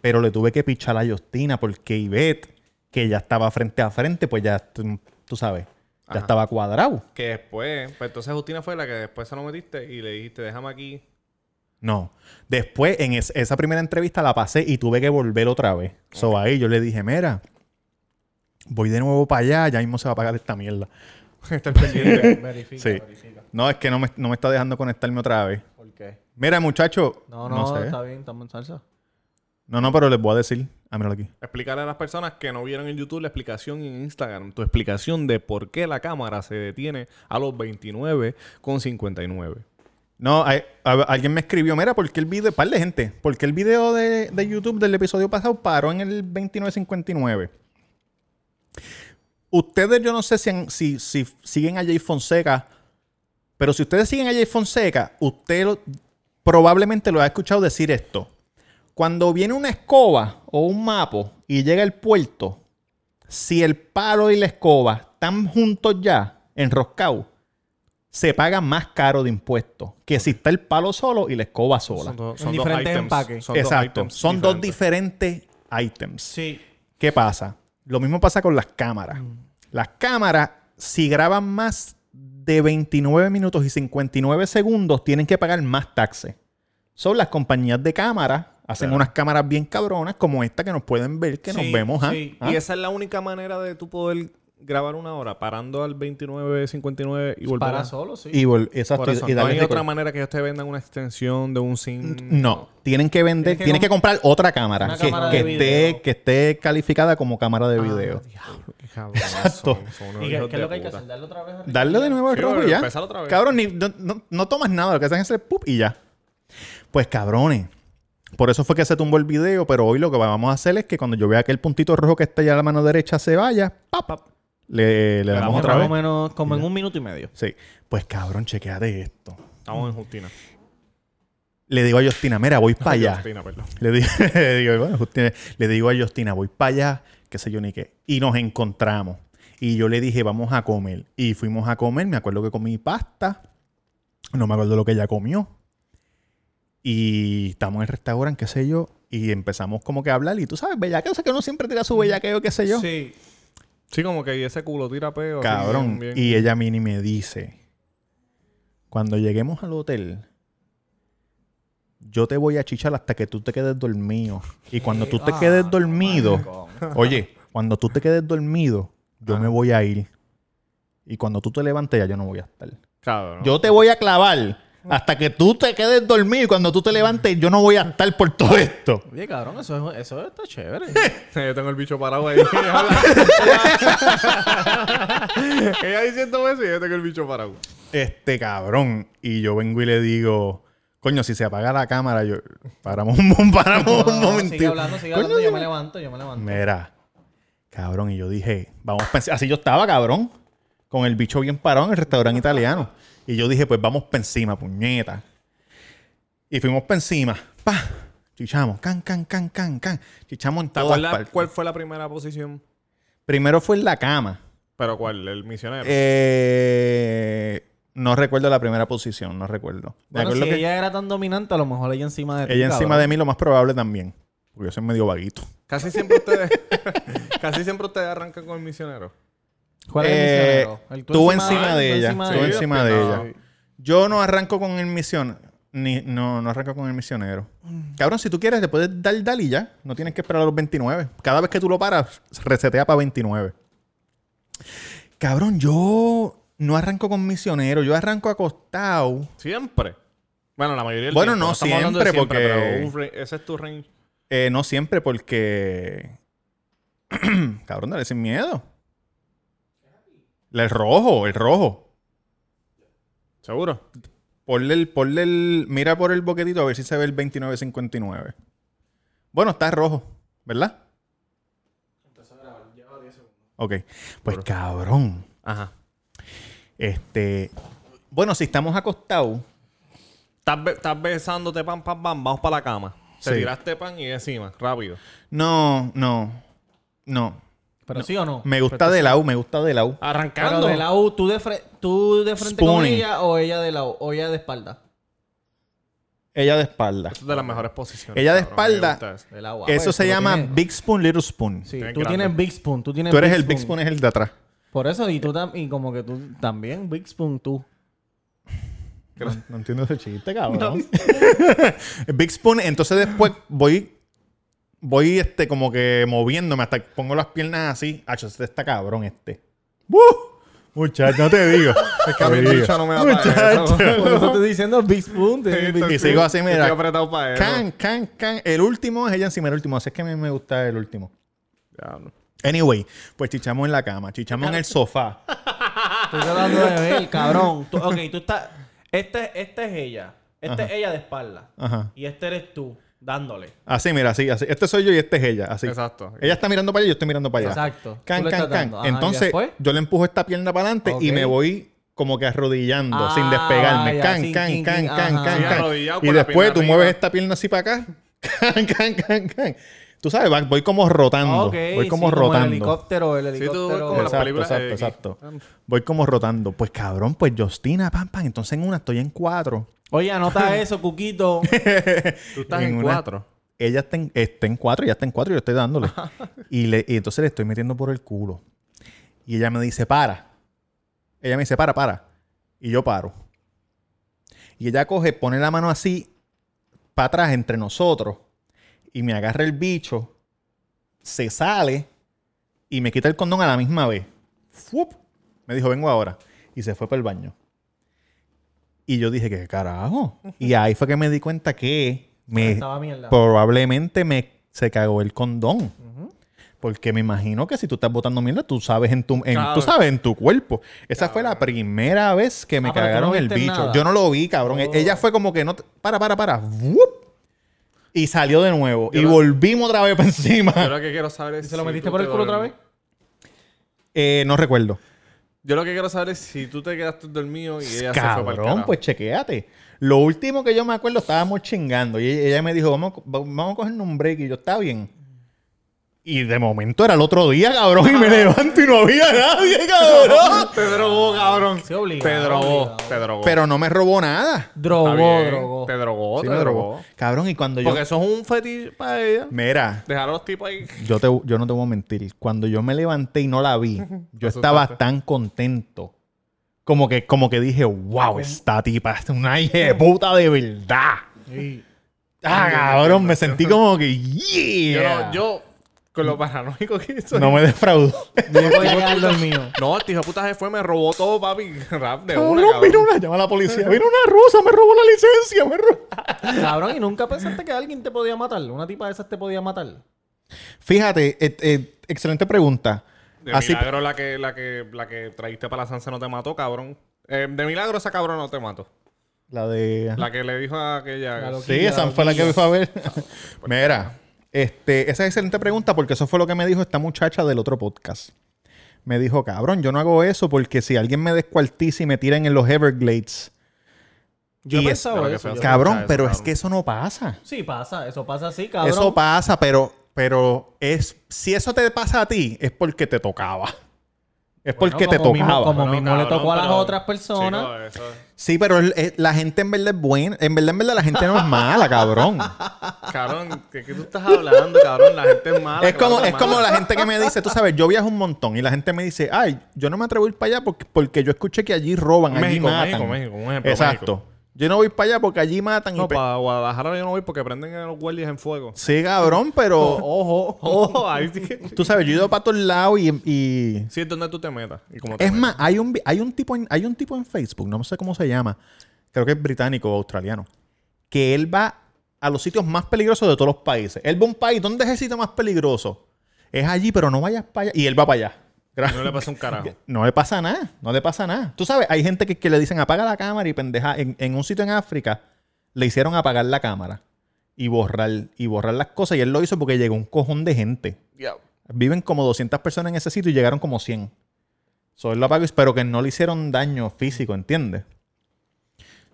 pero le tuve que pichar a Justina porque Ivette, que ya estaba frente a frente, pues ya, tú tú sabes, ya estaba cuadrado. Que después. Pues entonces Justina fue la que después se lo metiste y le dijiste, déjame aquí. No. Después, en es- esa primera entrevista la pasé y tuve que volver otra vez. So ahí yo le dije, mira, voy de nuevo para allá, ya mismo se va a pagar esta mierda. Está el pendiente. Verifica, Sí. verifica. No, es que no me, no me está dejando conectarme otra vez. ¿Por qué? Mira, muchacho. No, no, sé. está bien, estamos en salsa. No, no, pero les voy a decir. Ah, míralo aquí. Explicarle a las personas que no vieron en YouTube la explicación en Instagram, tu explicación de por qué la cámara se detiene a los 29 con 59. No, hay- a- alguien me escribió, mira, ¿por qué el video, par de gente, ¿por qué el video de, de YouTube del episodio pasado paró en el 2959? Ustedes, yo no sé si, han- si, si siguen a Jay Fonseca, pero si ustedes siguen a Jay Fonseca, usted lo- probablemente lo ha escuchado decir esto. Cuando viene una escoba o un mapo y llega al puerto, si el palo y la escoba están juntos ya, enroscados, se paga más caro de impuestos que si está el palo solo y la escoba sola. En diferentes empaques. Son Exacto. items son dos diferentes items. Sí. ¿Qué pasa? Lo mismo pasa con las cámaras. Las cámaras, si graban más de 29 minutos y 59 segundos, tienen que pagar más taxes. Son las compañías de cámaras, hacen unas cámaras bien cabronas como esta que nos pueden ver, que nos Sí, vemos. ¿ah? sí. ¿Ah? Y esa es la única manera de tú poder grabar una hora parando al 29, 59 y volver Para a- solo, sí. Y vol- exacto, Por eso, y no darle hay record. otra manera que ellos te vendan una extensión de un SIM. No, tienen que vender, Tienes que tienen que, comp- comprar otra cámara Una que, cámara que de esté, video. que esté calificada como cámara de video. Diablo, qué cabrón. Son, son unos ¿Y qué, hijos qué de es lo que hay que puta. hacer? ¿Darle otra vez? a Ricky? Darle de nuevo al Sí, rojo bueno, y ya. empezar otra vez. Cabrón, ni- no, no- no tomas nada, lo que hacen es el pup y ya. Pues cabrones. Por eso fue que se tumbó el video, pero hoy lo que vamos a hacer es que cuando yo vea que el puntito rojo que está allá a la mano derecha se vaya, pap, pap, le, le damos damos otra más vez. o menos como en un minuto y medio. Sí. Pues cabrón, chequeate esto. Estamos en Justina. Le digo a Justina, mira, voy para allá. Justina, perdón. Le digo, le digo, bueno, Justina- le digo a Justina, voy para allá, qué sé yo ni qué. Y nos encontramos. Y yo le dije, vamos a comer. Y fuimos a comer. Me acuerdo que comí pasta. No me acuerdo lo que ella comió. Y estamos en el restaurante, qué sé yo. Y empezamos como que a hablar. Y tú sabes, bellaqueo. O sea, que uno siempre tira su bellaqueo, qué sé yo. Sí. Sí, como que y ese culo tira peo. así, Cabrón. bien, bien. Y ella mini me dice, cuando lleguemos al hotel, yo te voy a chichar hasta que tú te quedes dormido. Y cuando tú te quedes dormido, oye, cuando tú te quedes dormido, yo me voy a ir. Y cuando tú te levantes, ya yo no voy a estar. Cabrón. Yo te voy a clavar hasta que tú te quedes dormido. Y cuando tú te levantes, yo no voy a estar por todo esto. Oye, cabrón, eso, es- eso está chévere. Yo tengo el bicho parado ahí. Ella- Ella diciendo eso y yo tengo el bicho parado. este cabrón. Y yo vengo y le digo, coño, si se apaga la cámara, yo paramos un, mom- paramos un momentito. Sigue hablando, sigue Coño, hablando. Yo yo- me levanto, yo me levanto. Mira, cabrón. Y yo dije, vamos a pensar. Así yo estaba, cabrón. Con el bicho bien parado en el restaurante italiano. Y yo dije, pues vamos para encima, puñeta. Y fuimos para encima. Pa, chichamos. Can, can, can, can, can. Chichamos en ¿Te todas acuerdas partes. cuál fue la primera posición? Primero fue en la cama. ¿Pero cuál? ¿El misionero? Eh, no recuerdo la primera posición, no recuerdo. Me Bueno, si acuerdo que- ella era tan dominante, a lo mejor ella encima de ti, Ella encima cabrón. de mí lo más probable también. Porque yo soy medio vaguito. Casi siempre ustedes... casi siempre ustedes arrancan con el misionero. ¿Cuál es Eh, el misionero? ¿El tú encima de tú ella. encima Tú de Sí, ella? Ah. encima es que de no. ella. Yo no arranco con el misionero. Ni, no, no arranco con el misionero. Cabrón, si tú quieres, le puedes dar, dar y ya. No tienes que esperar a los 29. Cada vez que tú lo paras, resetea para 29. Cabrón, yo no arranco con misionero, yo arranco acostado. Siempre. Bueno, la mayoría del Bueno, tiempo. no estamos hablando siempre, porque- pero un ra- ese es tu range. Eh, no siempre, porque. Cabrón, dale sin miedo. El rojo, el rojo. ¿Seguro? Ponle el, ponle el. Mira por el boquetito a ver si se ve el 2959. Bueno, está rojo, ¿verdad? Ok. Pues cabrón. Ajá. Este. Bueno, si estamos acostados. Estás, be- estás besándote, pam, pam, pam, vamos para la cama. Se Sí. tiraste pan y encima, rápido. No, no. No. ¿Pero sí o no? Me gusta de lado, me gusta de lado. Arrancando. Pero de la U, ¿tú de, fre- tú de frente con Spooning. ella o ella de la U, o ella de espalda? Ella de espalda. Eso es de las mejores posiciones. Ella de cabrón, me espalda. gusta eso. De la U. ah, Eso pues, se tú lo llama tienes- Big Spoon, Little Spoon. Sí, Tienes tú grande. tienes Big Spoon. Tú, tienes Tú eres el Big Spoon, es el de atrás. Por eso, y tú, tam- y como que tú también, Big Spoon, tú. No, no entiendo ese chiste, cabrón. Big Spoon, entonces después voy, voy este, como que moviéndome hasta que pongo las piernas así. Ah, este está cabrón este. ¡Buh! Muchacho, no te digo. Es que a mí el Te digo. bicho no me da para eso. Por eso estoy diciendo Big Spoon. tienes Big Y Spoon. sigo así, Estoy mira. apretado para eso. Can, can, can. El último es ella encima del último. Así es que a mí me gusta el último. Diablo. Anyway, pues chichamos en la cama, chichamos en el sofá. Estoy tratando de ver, cabrón. Tú- ok, tú estás... Esta este es ella. Esta es ella de espalda. Ajá. Y este eres tú, dándole. Así, mira, así, así. Este soy yo y este es ella, así. Exacto. Ella está mirando para allá y yo estoy mirando para allá. Exacto. Tú Can, le can, estás can. dando. Ajá, ¿y Entonces, después? yo le empujo esta pierna para adelante y Ok. me voy como que arrodillando, Ah, sin despegarme. ya, can, sin can, king, can, king, can, ajá. can, Sí, can. arrodillado Y con la después pierna tú arriba. mueves esta pierna así para acá. Can, can, can, can. Tú sabes, va- voy como rotando. Ok, voy sí, como el rotando. helicóptero, el Sí, tú helicóptero. ves como las Exacto, películas de- exacto, exacto. Voy como rotando. Pues cabrón, pues Justina, pam, pam. Entonces en una estoy en cuatro. Oye, anota eso, Cuquito. Tú estás En en, una- cuatro. ella está en, está en cuatro, ella está en cuatro y yo estoy dándole. y, le, y entonces le estoy metiendo por el culo. Y ella me dice, para. Ella me dice, para, para. Y yo paro. Y ella coge, pone la mano así, para atrás entre nosotros. Y me agarra el bicho, se sale y me quita el condón a la misma vez. ¡Fuop! Me dijo, vengo ahora. Y se fue para el baño. Y yo dije, ¿qué carajo? Y ahí fue que me di cuenta que me, Pues Estaba mierda. probablemente me se cagó el condón. Porque me imagino que si tú estás botando mierda, tú sabes en tu, en- tú Cabrón. sabes en tu cuerpo. Esa fue la primera vez que me Ah, pero tú cagaron no el viste bicho. nada. Oh. Yo no lo vi, cabrón. E- Ella fue como que no te- para, para, para. ¡Wup! Y salió de nuevo. Yo y la- volvimos otra vez para encima. Yo lo que quiero saber es. ¿Se lo si metiste tú por te el culo otra dorm- vez? Eh, no recuerdo. Yo lo que quiero saber es si tú te quedaste dormido y ella se fue para el Cabrón, carajo. pues chequéate. Lo último que yo me acuerdo, estábamos chingando. Y ella ella me dijo, vamos, vamos a cogernos un break. Y yo, está bien. Y de momento era el otro día, cabrón. Y me levanto y no había nadie, cabrón. Te drogó, cabrón. Se obliga, Te drogó. obligado. Te drogó. Pero no me robó nada. Está Drogó, bien, drogó. Te drogó, Sí te me drogó. robó. Cabrón, y cuando yo... Porque eso es un fetiche para ella. Mira, Dejar a los tipos ahí. yo, te, yo no te voy a mentir. Cuando yo me levanté y no la vi, yo estaba tan contento. Como que, como que dije, wow, esta tipa es una hija de puta de verdad. Sí. Ah, cabrón, me sentí como que, yeah. Yo, yo, con lo paranoico que soy. No me defraudó. Yo no podía quedar dormido. No, este hijo de puta se fue, me robó todo, papi. Rap de una, Cabrón, vino cabrón. una, llama a la policía. Vino una rusa, me robó la licencia. Me robó. Cabrón, ¿y nunca pensaste que alguien te podía matar? ¿Una tipa de esas te podía matar? Fíjate, eh, eh, excelente pregunta. De Así, milagro la que, la que, la que traíste para la Sansa no te mató, cabrón. Eh, de milagro esa cabrón no te mató. la de. La que le dijo a aquella. La loca. Sí, esa fue la que me fue a ver. Mira, este, esa es excelente pregunta porque eso fue lo que me dijo esta muchacha del otro podcast. Me dijo, cabrón, yo no hago eso porque si alguien me descuartiza y me tiran en los Everglades. Yo Y es- pensaba pero que eso. feo. yo- Ca- Cabrón, escuchaba eso, pero es cabrón. que eso no pasa. Sí, pasa. Eso pasa así, cabrón. Eso pasa, pero, pero es, si eso te pasa a ti, es porque te tocaba. Es Bueno, porque te como mismo- tocaba. como mismo le tocó a las otras personas. Chico, eso- Sí, pero el- el- la gente en verdad es buena. En verdad, en verdad, la gente no es mala, cabrón. Ah, Cabrón, ¿qué, qué tú estás hablando, cabrón? La gente es mala. es como, cabrón, es como mala. la gente que me dice, tú sabes, yo viajo un montón y la gente me dice, ay, yo no me atrevo a ir para allá porque, porque yo escuché que allí roban, allí México, matan. México, México, un ejemplo, Exacto. México. Yo no voy para allá porque allí matan y No, pe- para Guadalajara yo no voy porque prenden a los guardias en fuego. Sí, cabrón, pero Ojo, ojo, ahí sí que- tú sabes, yo he ido para todos lados y, y- Sí, es donde tú te metas. y cómo te Es más, metas. hay un, vi- hay, un tipo en, hay un tipo en Facebook, no sé cómo se llama, creo que es británico o australiano, que él va a los sitios más peligrosos de todos los países. Él va a un país, ¿dónde es el sitio más peligroso? Es allí, pero no vayas para allá. Y él va para allá. Gra- No le pasa un carajo. No le pasa nada, no le pasa nada. Tú sabes, hay gente que, que le dicen apaga la cámara y pendeja. En, en un sitio en África le hicieron apagar la cámara y borrar, y borrar las cosas. Y él lo hizo porque llegó un cojón de gente. Viven como 200 personas en ese sitio y llegaron como 100. So, él lo apagó, pero que no le hicieron daño físico, ¿entiendes?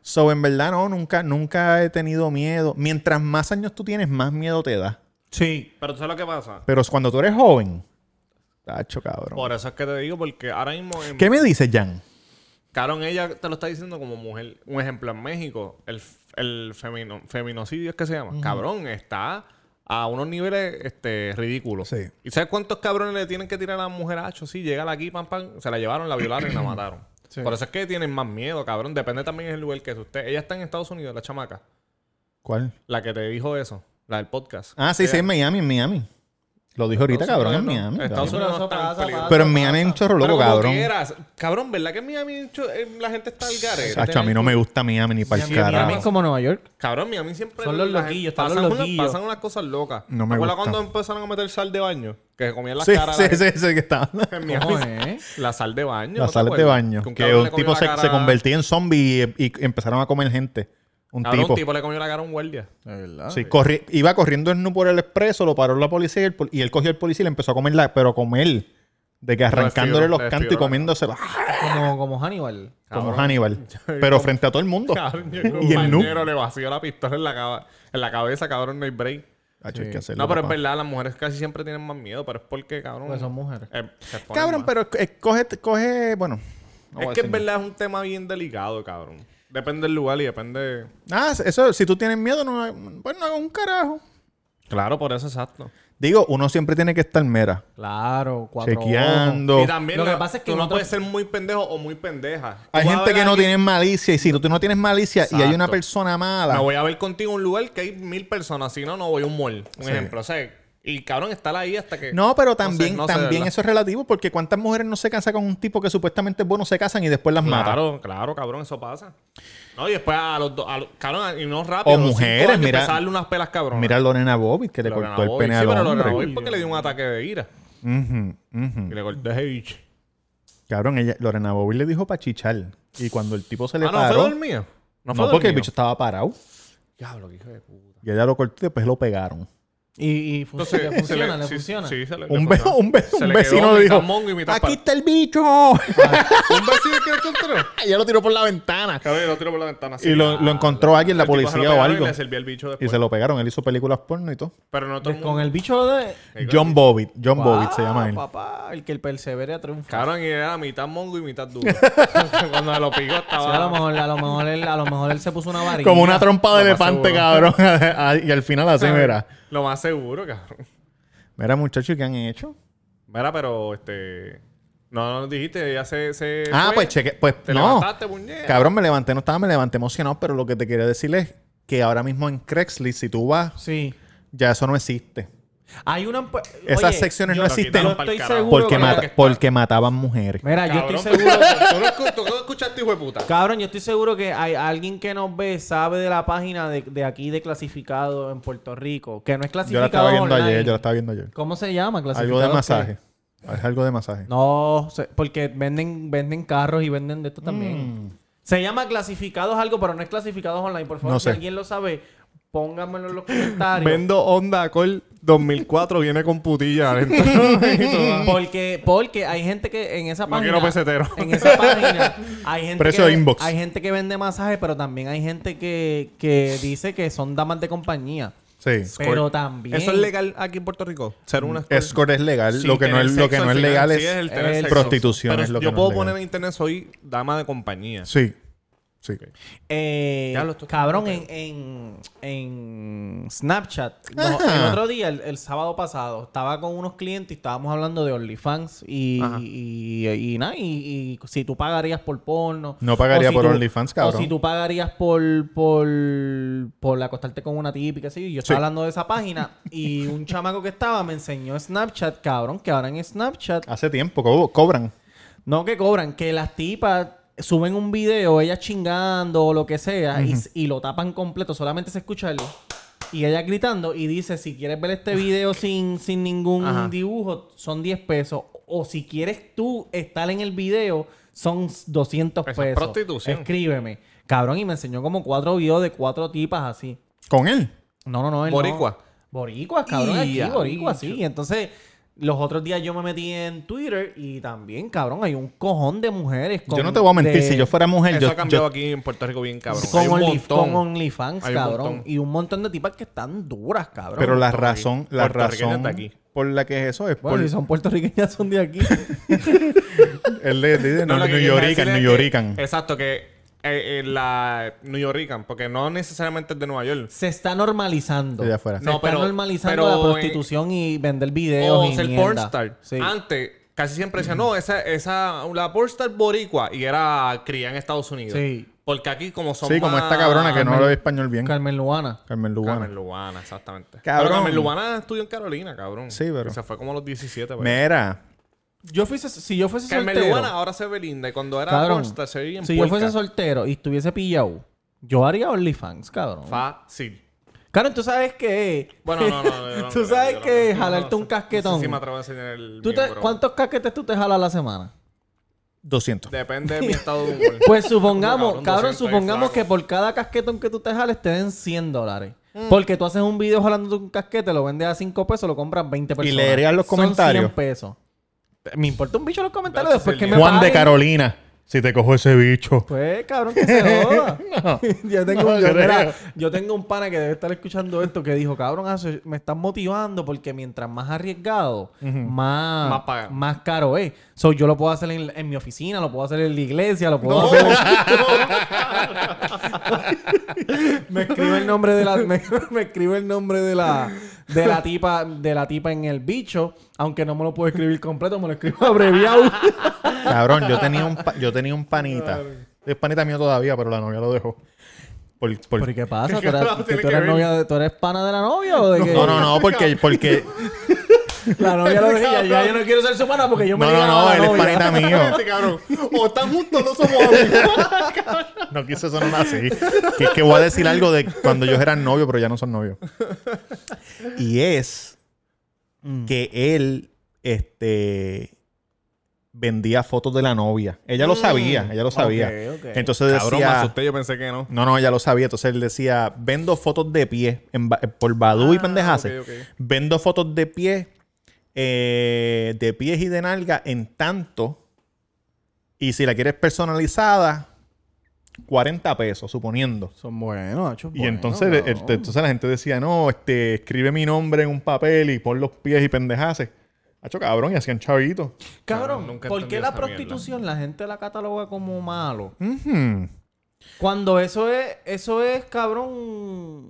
So, en verdad, no, nunca, nunca he tenido miedo. Mientras más años tú tienes, más miedo te da. Sí. Pero tú sabes lo que pasa. Pero cuando tú eres joven, tacho, cabrón. Por eso es que te digo, porque ahora mismo. En... ¿Qué me dices, Jan? Cabrón, ella te lo está diciendo como mujer. Un ejemplo, en México, el, f- el femino- feminicidio es que se llama. Cabrón, está a unos niveles este, ridículos. Sí. ¿Y sabes cuántos cabrones le tienen que tirar a la mujer a Sí, llegan aquí, pam, pam, se la llevaron, la violaron y la mataron. Por eso es que tienen más miedo, cabrón. Depende también del lugar que es usted. Ella está en Estados Unidos, la chamaca. ¿Cuál? La que te dijo eso. La del podcast. Ah, sí, Ella- sí, en Miami, en Miami. Lo dijo ahorita, Eh, Estados cabrón, en Unidos, Miami. ¿no? Estados cabrón. Unidos no es Pero tan eso pasa, peligroso. pasa. Pero en Miami hay un chorro Pero loco, como cabrón. quieras. Cabrón, ¿verdad que en Miami eh, la gente está al garete? Chacho, a mí no me gusta Miami ni para el Miami carajo. es como Nueva York. Cabrón, Miami siempre. Son los la gente- loquillos, están pasan, los unas- loquillos. pasan unas cosas locas. No me ¿Te acuerdas gusta. cuando empezaron a meter sal de baño? Que comían las Sí, caras. sí, a la sí, gente. sí, que está. En Miami. ¿Cómo es? La sal de baño. ¿no Las te salas de acuerdas? baño. un Que cabrón le un comió tipo la se, cara- se convertía en zombie y, y empezaron a comer gente. Un Cabrón, tipo. un tipo ah, le comió la cara a un guardia. Sí, corri- iba corriendo en por el expreso, lo paró la policía y, el pol- y él cogió el policía y le empezó a comer la, pero a comer. De que arrancándole desfiguró, los le cantos y desfiguró la comiéndoselo. ¡Ah! Como, como Hannibal. Como Cabrón. Hannibal. Pero frente a todo el mundo. Cabrón, yo Y el noob. compañero le vació la pistola en la, caba- en la cabeza, cabrón, no hay break. Chacho, hay que hacerlo, No, pero papá. es verdad, las mujeres casi siempre tienen más miedo, pero es porque, cabrón. Porque Pues son mujeres. eh, se ponen Cabrón, más. pero eh, coge, coge. Bueno. no voy a es que decir en verdad es un tema bien delicado, cabrón. Depende del lugar y depende. nada. Ah, eso, si tú tienes miedo, no, bueno, no hagas un carajo. Claro, por eso exacto. Digo, uno siempre tiene que estar mera. Claro, cuatro ojos. chequeando. Y también Lo no- que pasa es que tú no, nosotros- puedes ser muy pendejo o muy pendeja. Tú Hay vas a gente ver que a no alguien- tiene malicia. Y si tú no tienes malicia y hay una Exacto. persona Me mala. voy a ver contigo en un lugar que hay mil personas, si no, no voy a un mall. Un ejemplo, o sea, y cabrón, estar ahí hasta que. No, pero sé, también, no sé, de también verdad. eso es relativo porque cuántas mujeres no se casan con un tipo que supuestamente es bueno, se casan y después las matan. Claro, claro, cabrón, eso pasa. No, y después a los dos. a los- Cabrón, y no rápido. a los cinco mujeres, años mira- empezar a darle unas pelas, cabrón. Mira a Lorena Bobbitt que le Lorena cortó el Bobbitt. pene al Sí, pero Lorena hombre. Bobbitt pues. porque le dio un ataque de ira. Ujú, ujú. Y le corté ese bicho. Cabrón, ella, Lorena Bobbitt le dijo para chichar. Y cuando el tipo se le Ah, no, fue paró. No, dormido. porque el dormido. bicho estaba parado. Diablo, qué hijo de puta. Y ella lo cortó y después lo pegaron. Y, y func- le se funciona, le sí, funciona. sí, se le- le Un, ve- funciona. un, ve- Se un quedó vecino le mitad dijo: mongo y mitad Aquí palo". Ah, está el bicho. Un vecino que lo encontró. ella lo tiró por la ventana. Cabrón, lo tiró por la ventana. así. Y lo, lo encontró alguien, la El tipo se lo policía o pegaron algo. Y le servía el bicho Y después. se lo pegaron. Él hizo películas porno y todo. Pero no todo el Pues mundo. Con el bicho de... John Bobbitt. John Bobbitt se Ah, llama él. Papá, el que el persevere triunfa. Cabrón, y era mitad mongo y mitad duro. Cuando se lo picó Sí, a, lo estaba... mejor, a, lo mejor él, a lo mejor él se puso una varilla. Como una trompa de Lo más elefante, cabrón. y al final así, mira. Lo más seguro, cabrón. Mira, muchachos, ¿qué han hecho? Mira, pero este... No, no dijiste, ya se... se ah, fue. pues cheque. Pues Te no. levantaste, puñeta. Cabrón, me levanté, no estaba, me levanté emocionado, pero lo que te quería decir es que ahora mismo en Craigslist, si tú vas, Sí. ya eso no existe. Hay una... empu- Esas Oye, secciones yo- no Lo existen quitaron yo pa'l estoy carajo. seguro porque, que- mata- que está- porque mataban mujeres. Mira, yo Cabrón, estoy seguro... Tú no escu- tú no escuchaste, hijo de puta. Cabrón, yo estoy seguro que hay alguien que nos ve sabe de la página de, de aquí de clasificado en Puerto Rico, que no es Yo la clasificado estaba viendo online. ayer, yo la estaba viendo ayer. ¿Cómo se llama? Algo de qué? masaje. Es algo de masaje. No, se- porque venden venden carros y venden de esto también. Se llama clasificados algo, pero no es clasificados online. Por favor, No si sé. alguien lo sabe, póngamelo en los comentarios. Vendo Honda Accord 2004, viene con putilla adentro. porque, porque hay gente que en esa No página. quiero pesetero. En esa página hay gente, Precio que, de inbox. hay gente que vende masajes, pero también hay gente que, que dice que son damas de compañía. Sí. Pero también. ¿Eso es legal aquí en Puerto Rico? Ser una escort? Escort es legal. Sí, lo que no tener es, lo que sexo no al es final. legal Sí, es, el tener es sexo. prostitución. Pero es lo que yo no puedo es legal. poner en internet soy dama de compañía. Sí. Sí. Eh, Ya lo estoy cabrón, en, en, en Snapchat, no, Ajá. el otro día, el, el sábado pasado, estaba con unos clientes y estábamos hablando de OnlyFans y, Ajá. y, y, y nada, y, y si tú pagarías por porno. No pagaría o si por tú- OnlyFans, cabrón. O si tú pagarías por, por, por acostarte con una tipa y qué sé yo. Yo estaba Sí. hablando de esa página y un chamaco que estaba me enseñó Snapchat, cabrón, que ahora en Snapchat Hace tiempo, co- cobran. no que cobran, que las tipas suben un video, ellas chingando o lo que sea, y- y, lo tapan completo, solamente se escucha el... Y ella gritando y dice, si quieres ver este video sin, sin ningún Ajá. dibujo, son 10 pesos. O si quieres tú estar en el video, son 200 Eso pesos. es prostitución. Escríbeme. Cabrón, y me enseñó como cuatro videos de cuatro tipas así. Con él. No, no, no. él Boricua. no. Boricuas, cabrón. Aquí, Ya, boricuas, sí. bicho. Y entonces, los otros días yo me metí en Twitter y también, cabrón, hay un cojón de mujeres. Yo no te voy a mentir, de- si yo fuera mujer, Eso yo, ha cambiado yo- aquí en Puerto Rico bien cabrón. Con, Hay un Only- montón. con OnlyFans, Hay un cabrón. montón. Y un montón de tipas que están duras, cabrón. pero la Puerto razón, la Puertorriqueña razón está aquí. por la que es eso es Bueno, por si son puertorriqueñas, son de aquí. él le dice no, lo que New quería Yorican, decir es New que- Yorican. Exacto, que eh, eh, la New Yorican, porque no necesariamente es de Nueva York. Se está normalizando. Allá afuera. Se No, está pero- normalizando pero, la prostitución y vender videos o y ser mierda. pornstar. Sí. Antes, casi siempre decían, no, esa, esa, la pornstar boricua. Y era criada en Estados Unidos. Sí. Porque aquí, como son Sí, como más- esta cabrona que no Carmen- habla español bien. Carmen Luana. Carmen Lubana. Carmen Lubana, exactamente. Cabrón. Pero Carmen Lubana estudió en Carolina, cabrón. Sí, pero- O sea, fue como a los 17. pero- Mira, Yo fuese, si yo fuese Carmen soltero- Lubana ahora se ve linda. Y cuando era Cabrón, pornstar se veía bien si yo puerca. fuese soltero y estuviese pillado, yo haría OnlyFans, cabrón. Fácil. Claro, tú sabes que... Bueno, no, no. yo no Tú creo, sabes yo no que creo. No, jalarte no, un no, casquetón. No sé si me atrevo a enseñar el ¿tú te- miembro. ¿Cuántos casquetes tú te jalas a la semana? 200. Depende de mi estado de humor. Pues supongamos, Cabrón, cabrón, 200 supongamos es que flaco. por cada casquetón que tú te jales te den 100 dólares. Mm. Porque tú haces un video jalando un casquete, lo vendes a 5 pesos, lo compras 20 personas. leerías los Son comentarios. 100 pesos. Me importa un bicho los comentarios Dacho, después es que el me Juan de paguen. Carolina, si te cojo ese bicho. Pues, cabrón, que se joda. yo, tengo, no yo- creo. mira, yo tengo un pana que debe estar escuchando esto que dijo, cabrón, hace- me están motivando porque mientras más arriesgado, más, Más pagan. más caro es. So, yo lo puedo hacer en, en mi oficina, lo puedo hacer en la iglesia, lo puedo No. hacer... me escribe el nombre de la... Me, me escribe el nombre de la... De la tipa... De la tipa en el bicho. Aunque no me lo puedo escribir completo, me lo escribo abreviado. Cabrón, yo tenía un, pa- yo tenía un panita. Es panita mío todavía, pero la novia lo dejó. Por- por- ¿Pero ¿y qué pasa? ¿Tú ¿Qué eras, carajo que tiene tú que eres ver? novia de- ¿Tú eres pana de la novia o de qué? No, no, no, porque, porque... La novia lo dije, ya, ya yo no quiero ser su pana porque yo me No, ligo no, a no, la él es novia. panita mío. Este cabrón. O están juntos o no somos amigos. No quise sonar así. Que, que voy a decir algo de cuando ellos eran novios, pero ya no son novios. Y es Mm. que él este, vendía fotos de la novia. Ella lo sabía, ella lo sabía. ok, ok. Entonces decía... Mm. Cabrón, me asusté, yo pensé que no. No, no, ella lo sabía. Entonces él decía, vendo fotos de pie en ba- por Badú y Ah, pendejase. ok, ok. Vendo fotos de pie, eh, de pies y de nalga en tanto. Y si la quieres personalizada, 40 pesos, suponiendo. Son buenos, hachos, Y buenos, entonces, este, cabrón. el- entonces la gente decía, no, este, escribe mi nombre en un papel y pon los pies y pendejase. Hacho cabrón, y hacían chavitos. Cabrón, Cabrón, nunca ¿por entendí qué la esa mierda. prostitución la gente la cataloga como malo? Ujú. Cuando eso es, eso es, cabrón,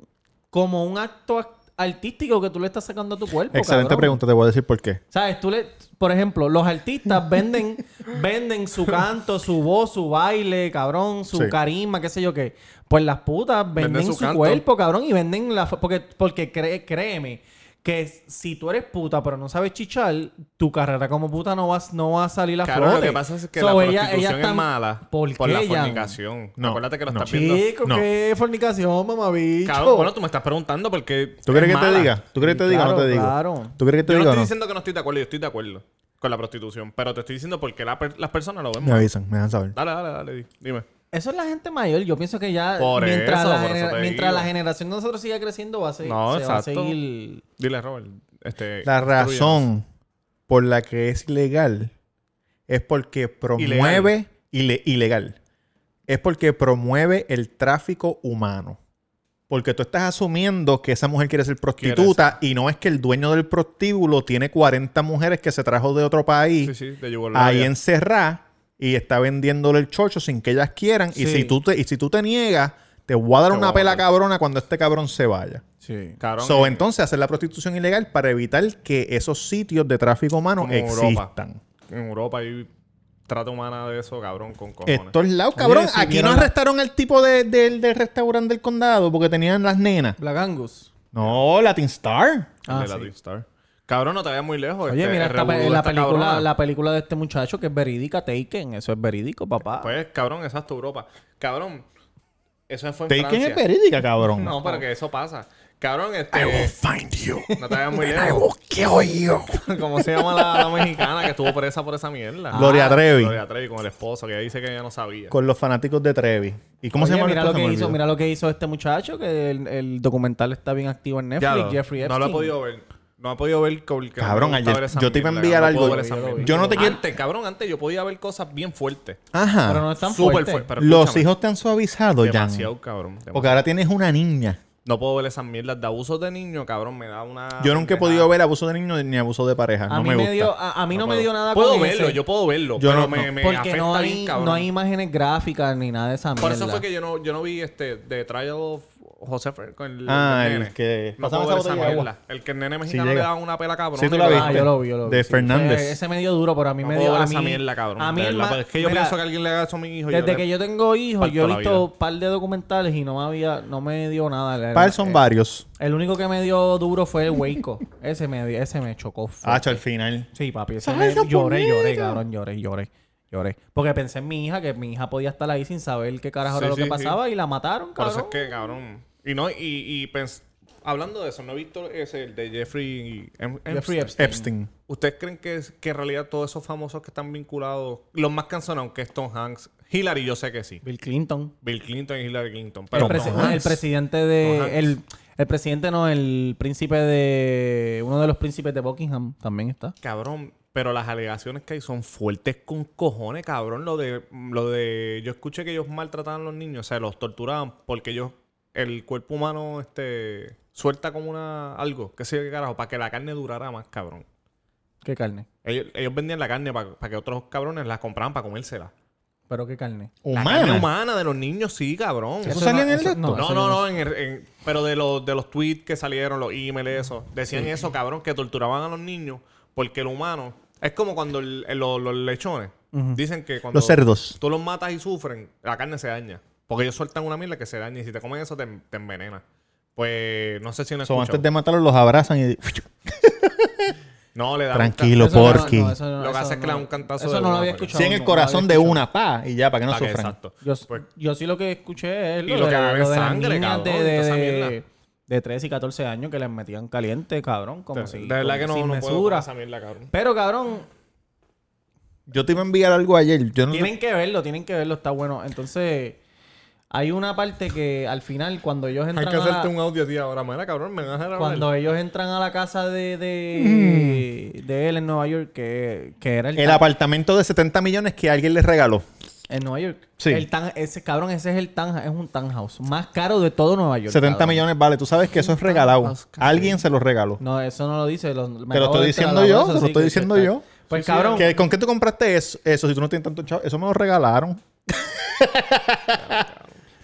como un acto act- artístico que tú le estás sacando a tu cuerpo, Excelente cabrón. pregunta, te voy a decir por qué. ¿Sabes? Tú le... Por ejemplo, los artistas venden, venden su canto, su voz, su baile, cabrón, su Sí. carisma, qué sé yo qué. Pues las putas venden, Venden su, su canto. cuerpo, cabrón, y venden la... fo- Porque, porque cree- créeme que si tú eres puta pero no sabes chichar, tu carrera como puta no va, no va a salir a Cabrón, flote. lo que pasa es que So, la ella- prostitución ella está- es mala. ¿Por, Por qué, la Jan? fornicación. No, Acuérdate que lo no. estás viendo. Chico, No. qué fornicación, mamabicho. Cabrón, bueno, tú me estás preguntando porque. ¿Tú crees que te mala. diga? ¿Tú crees que te diga o no Claro, te digo? claro. ¿Tú crees que te Yo no diga o estoy diciendo que no estoy de acuerdo, yo estoy de acuerdo con la prostitución. Pero te estoy diciendo porque la per- las personas lo ven Me mal. avisan, me dejan saber. Dale, dale, dale, di- dime. Eso es la gente mayor. Yo pienso que ya Por mientras, eso, la, por eso genera- te mientras digo. la generación de nosotros siga creciendo va a, se- No, se va a exacto. seguir... Dile, Robert. Este, La instruyenos. razón por la que es legal es porque promueve ile- ilegal. Es porque promueve el tráfico humano. Porque tú estás asumiendo que esa mujer quiere ser prostituta y no es que el dueño del prostíbulo tiene 40 mujeres que se trajo de otro país Sí, sí, de Yugoslavia. ahí encerrada y está vendiéndole el chocho sin que ellas quieran. Y, Sí. si tú te, y si tú te niegas, te voy a dar Te voy una a pela dar. cabrona cuando este cabrón se vaya. Sí. Cabrón, So, eh, entonces, hacer la prostitución ilegal para evitar que esos sitios de tráfico humano Como Europa. existan. en Europa hay trata humana de eso, cabrón, con cojones. Estos lados, cabrón. Oye, si Aquí no vieron la- arrestaron al tipo de- del- del restaurante del condado porque tenían las nenas. Black Angus. No, Latin Star. El Ah, de la sí. Twin Star. Cabrón, no te vayas muy lejos. Oye, este, mira, el esta pe- revolú la, está película, cabrona. la película de este muchacho que es verídica, Taken. Eso es verídico, papá. Pues, cabrón, exacto, Europa. Cabrón, eso fue en Taken Francia. es verídica, cabrón. No, pero que eso pasa. Cabrón, I will este... find you. No te vayas muy I lejos. will kill you. ¿Cómo se llama la, la mexicana que estuvo presa por esa mierda? Ah, Gloria Trevi. Gloria Trevi con el esposo, que dice que ella no sabía. Con los fanáticos de Trevi. ¿Y cómo se Oye, llama mira el lo esposo? que Me hizo, olvidó. mira lo que hizo este muchacho, que el, el documental está bien activo en Netflix, Ya lo- Jeffrey Epstein. No lo he podido ver. No he podido ver porque no me Cabrón, gusta ayer ver esa yo te iba a mierda, enviar no algo. puedo ver esa Yo lo vi. mierda. Yo no te quiero. Antes, cabrón, antes yo podía ver cosas bien fuertes. Ajá. Pero no es tan Súper fuerte. fuertes. pero Los escúchame, hijos te han suavizado, Jan. Demasiado, cabrón. demasiado. Porque ahora tienes una niña. No puedo ver esas mierdas de abusos de niño, cabrón. Me da una. Yo nunca he podido ver abuso de niño ni abuso de pareja. A no mí, me me gusta. dio, a, a mí no, me puedo. dio nada Puedo con verlo, ese. yo puedo verlo. Yo pero no- me, no. me Porque afecta no hay, bien, cabrón. no hay imágenes gráficas ni nada de esa Por mierda. eso fue que yo no, yo no vi este de Trial of José Fer- con el, Ah, el el nene. que- no pasaba puedo ver esa esa botella de agua. mierda. El que el nene mexicano le llega. daba una pela cabrón. Sí, tú la y- viste. Ah, yo lo vi, yo lo vi. De sí. Fernández. Fue- Ese me dio duro, pero a mí No me puedo dio. ver A esa mí, mierda, cabrón. A mí de el verdad, ma- porque es que yo mira, pienso que alguien le haga eso a mi hijo. y Desde le- que yo tengo hijos, parto yo he la visto vida. un par de documentales y no me había, no me dio nada. El- Par son el- varios. El único que me dio duro fue el Waco. ese, me, dio- ese me chocó. fuerte. Hacho al final. Sí, papi. Ese me, Salga lloré, conmigo. lloré, cabrón, lloré, lloré. Lloré. Porque pensé en mi hija, que mi hija podía estar ahí sin saber qué carajo Sí, era lo sí, que sí. pasaba y la mataron, Por eso cabrón. es que, cabrón. Y no, y, y pens- hablando de eso, no he visto ese el de Jeffrey Em- Jeffrey Epstein. Epstein. Epstein. ¿Ustedes creen que, es- que en realidad todos esos famosos que están vinculados, los más cansados, aunque es Tom Hanks, Hillary, yo sé que sí. Bill Clinton. Bill Clinton y Hillary Clinton. El, Pero presi- Tom Hanks. el presidente Tom Hanks. de. El, el presidente no, el príncipe de. Uno de los príncipes de Buckingham también está. Cabrón, pero las alegaciones que hay son fuertes con cojones, cabrón. Lo de, lo de, yo escuché que ellos maltrataban a los niños, o sea, los torturaban porque ellos, el cuerpo humano, este, suelta como una, algo, qué sé yo qué carajo, para que la carne durara más, cabrón. ¿Qué carne? Ellos, ellos vendían la carne para que otros cabrones la compraran para comérsela. ¿Pero qué carne? La carne Humana. humana de los niños, sí, cabrón. ¿Eso salía en el eso- acto? No, eso no, yo no, sé. en el- en- pero de los, de los tweets que salieron, los emails, eso. Decían eso, cabrón, que torturaban a los niños porque el humano. Es como cuando el- el- los, los lechones dicen que cuando Los cerdos. tú los matas y sufren, la carne se daña. Porque ellos sueltan una mierda que se daña y si te comen eso te, te envenena. Pues no sé si no So, escuchado. antes de matarlos los abrazan y... No, le dan Tranquilo, un Eso no, Porky. no, eso no, Lo que eso hace es que no. le da un cantazo Eso de no lo una, había Sí, porque- escuchado. en el no lo corazón había de escuchado. una, pa. Y ya, para que no ca- para que- sufran. Exacto. Yo, Pues, yo sí lo que escuché es Y lo, lo de que la- beben lo de las sangre, niñas de, cabrón, de- de esa de- mierda. de 13 y 14 años que les metían caliente, cabrón, como de- si de verdad como que no, sin no puedo con mesura. esa mierda, cabrón. Pero cabrón, Yo te iba a enviar algo ayer. Yo no tienen que verlo, tienen que verlo, está bueno. Entonces, hay una parte que al final cuando ellos entran Hay que a la- hacerte un audio a ti ahora, mira, cabrón, me vas a grabar. cuando ellos entran a la casa de de, de él en Nueva York que, que era el, El tan- apartamento de 70 millones que alguien les regaló. en Nueva York. Sí. El tan- ese cabrón, ese es el tan es un townhouse más caro de todo Nueva York. 70 cabrón. millones, vale. Tú sabes que eso es regalado. Alguien se lo regaló. No, eso no lo dice. Lo, Te me lo acabo estoy de diciendo enterar yo, ahora, te lo sí estoy que- diciendo yo. Pues cabrón, ¿Qué- ¿Con qué tú compraste eso? Eso, si tú no tienes tanto chavo. Eso me lo regalaron.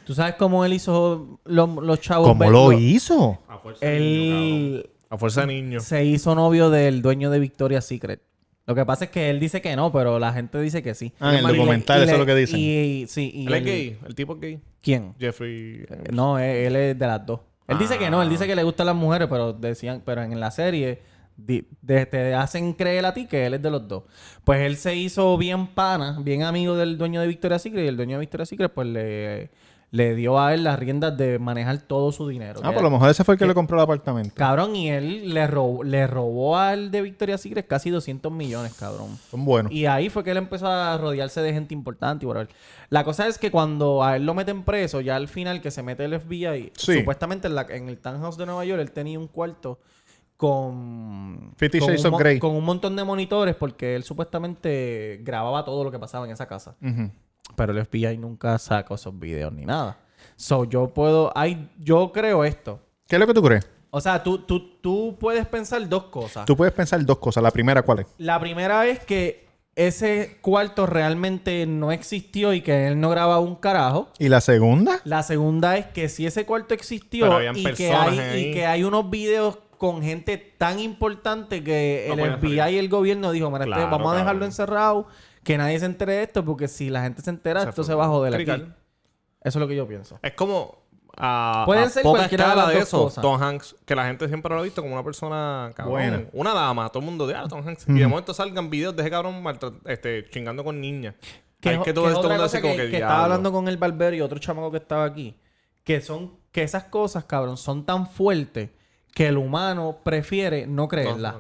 tú sabes cómo él hizo lo- los chavos. ¿Cómo verlo? lo hizo? A fuerza de niño, Él cabrón. A fuerza de niño. se hizo novio del dueño de Victoria's Secret. Lo que pasa es que él dice que no, pero la gente dice que sí. Ah, en el Y le- documental, y eso es le- lo que dicen. Y, y- sí, y Él es él- gay, el tipo es gay. ¿Quién? Jeffrey. No, él, él es de las dos. Él dice que no, él Ah. dice que le gustan las mujeres, pero decían, pero en la serie di- de- te hacen creer a ti que él es de los dos. Pues él se hizo bien pana, bien amigo del dueño de Victoria's Secret y el dueño de Victoria's Secret pues le, le dio a él las riendas de manejar todo su dinero. Ah, Que- por lo mejor ese fue el que le compró el apartamento. Cabrón, y él le robó, le robó al de Victoria's Secret casi 200 millones, cabrón. Son buenos. Y ahí fue que él empezó a rodearse de gente importante y whatever. La cosa es que cuando a él lo meten preso, ya al final que se mete el FBI, Sí. supuestamente en, la- en el townhouse de Nueva York, él tenía un cuarto con... Fifty con un Shades of mo- Grey. Con un montón de monitores porque él supuestamente grababa todo lo que pasaba en esa casa. Ujú. Pero el FBI nunca sacó esos videos ni nada. So, yo puedo... Hay, yo creo esto. ¿Qué es lo que tú crees? O sea, tú, tú, tú puedes pensar dos cosas. Tú puedes pensar dos cosas. La primera, ¿cuál es? La primera es que ese cuarto realmente no existió y que él no graba un carajo. ¿Y la segunda? La segunda es que si ese cuarto Pero existió habían y que, personas hay, y ahí. que hay unos videos con gente tan importante que No el podían FBI salir. y el gobierno dijo, "Mira, este, Claro, vamos a dejarlo cabrón. encerrado, que nadie se entere de esto, porque si la gente se entera, Se esto fue. se va a joder aquí". Crical. Eso es lo que yo pienso. Es como a, Pueden a ser poca cualquiera de escala las de dos eso, cosas. Tom Hanks, que la gente siempre lo ha visto como una persona cabrón, Buena. una dama, todo el mundo de ah, Tom Hanks. Y de momento salgan videos de ese cabrón maltra- este, chingando con niñas. Ahí es- Ah, es que todo es el otra mundo cosa así como que, que, que estaba hablando con el barbero y otro chamaco que estaba aquí. Que son, que esas cosas, cabrón, son tan fuertes que el humano prefiere no creerlas.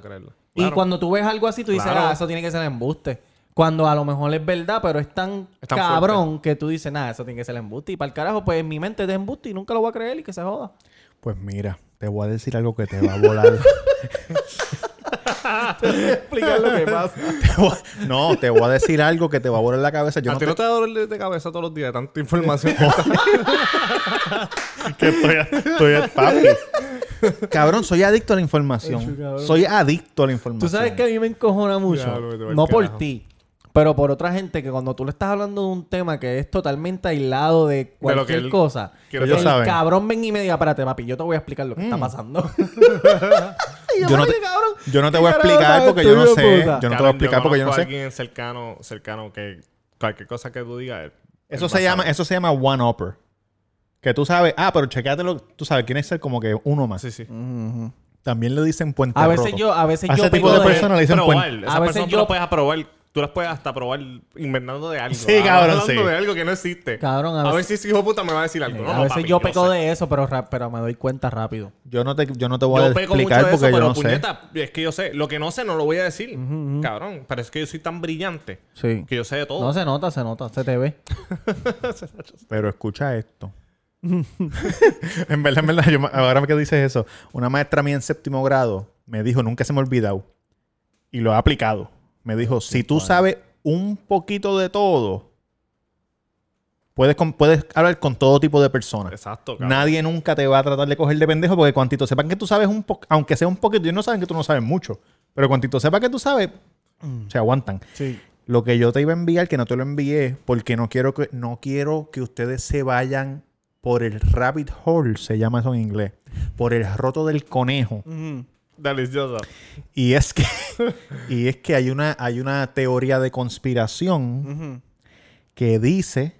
Y cuando tú ves algo así, tú dices, Claro. ah, eso tiene que ser embuste. Cuando a lo mejor es verdad, pero es tan, Es tan cabrón que tú dices, nada, eso tiene que ser embuste. Y para el carajo, pues en mi mente es de embuste y nunca lo voy a creer y que se joda. Pues mira, te voy a decir algo que te va a volar. Explicar lo que pasa. Te voy a- no, te voy a decir algo que te va a volar la cabeza. Yo a no ti te... no te da dolor de- de cabeza todos los días de tanta información. que estoy, estoy papi. Cabrón, soy adicto a la información. soy adicto a la información. Tú sabes que a mí me encojona mucho. Ya, lo que te va al no por carajo. ti, pero por otra gente que cuando tú le estás hablando de un tema que es totalmente aislado de que cualquier él- cosa, que ellos el saben. Mm. cabrón ven y me diga, espérate, papi, yo te voy a explicar lo que está pasando. Y Yo no "Oye, te- cabrón, yo no te ¿qué voy a carajo explicar sabes porque tú, yo no hijo sé. de puta? Yo no te voy a explicar Cabrón, porque yo no conozco a sé. alguien cercano, cercano que cualquier cosa que tú digas. él- Eso él se va a llama, saber. eso se llama one upper. Que tú sabes, ah, pero checátelo, tú sabes, quién es ser como que uno más. Sí, sí. También le dicen puente A veces roto. yo, a veces A yo ese tipo pico de de- personas le dicen probar. puente. Esa A veces persona tú yo- la puedes aprobar. Tú las puedes hasta probar inventando de algo. Ah, Sí, cabrón, hablando sí. de algo que no existe. Cabrón, a a, ver veces- si ese hijo de puta me va a decir algo. No, eh, a no, veces papi, yo no peco sé. de eso, pero, ra- pero me doy cuenta rápido. Yo no te, yo no te voy a Yo peco mucho explicar de eso, porque pero yo no sé. puñeta, es que yo sé. Lo que no sé no lo voy a decir. Cabrón, pero es que yo soy tan brillante Sí. que yo sé de todo. No se nota, se nota, se te ve. Pero escucha esto. en verdad, en verdad, yo ma- ahora que dices eso, una maestra mía en séptimo grado me dijo, nunca se me ha olvidado, y lo ha aplicado. Me dijo, si tú sabes un poquito de todo, puedes, con- puedes hablar con todo tipo de personas. Exacto, cabrón. Nadie nunca te va a tratar de coger de pendejo porque cuantito sepan que tú sabes un poco, aunque sea un poquito, ellos no saben que tú no sabes mucho, pero cuantito sepa que tú sabes, se aguantan. Sí. Lo que yo te iba a enviar, que no te lo envié, porque no quiero que, no quiero que ustedes se vayan por el rabbit hole, se llama eso en inglés, por el roto del conejo. Delicioso. Y es que, y es que hay, una, hay una teoría de conspiración que dice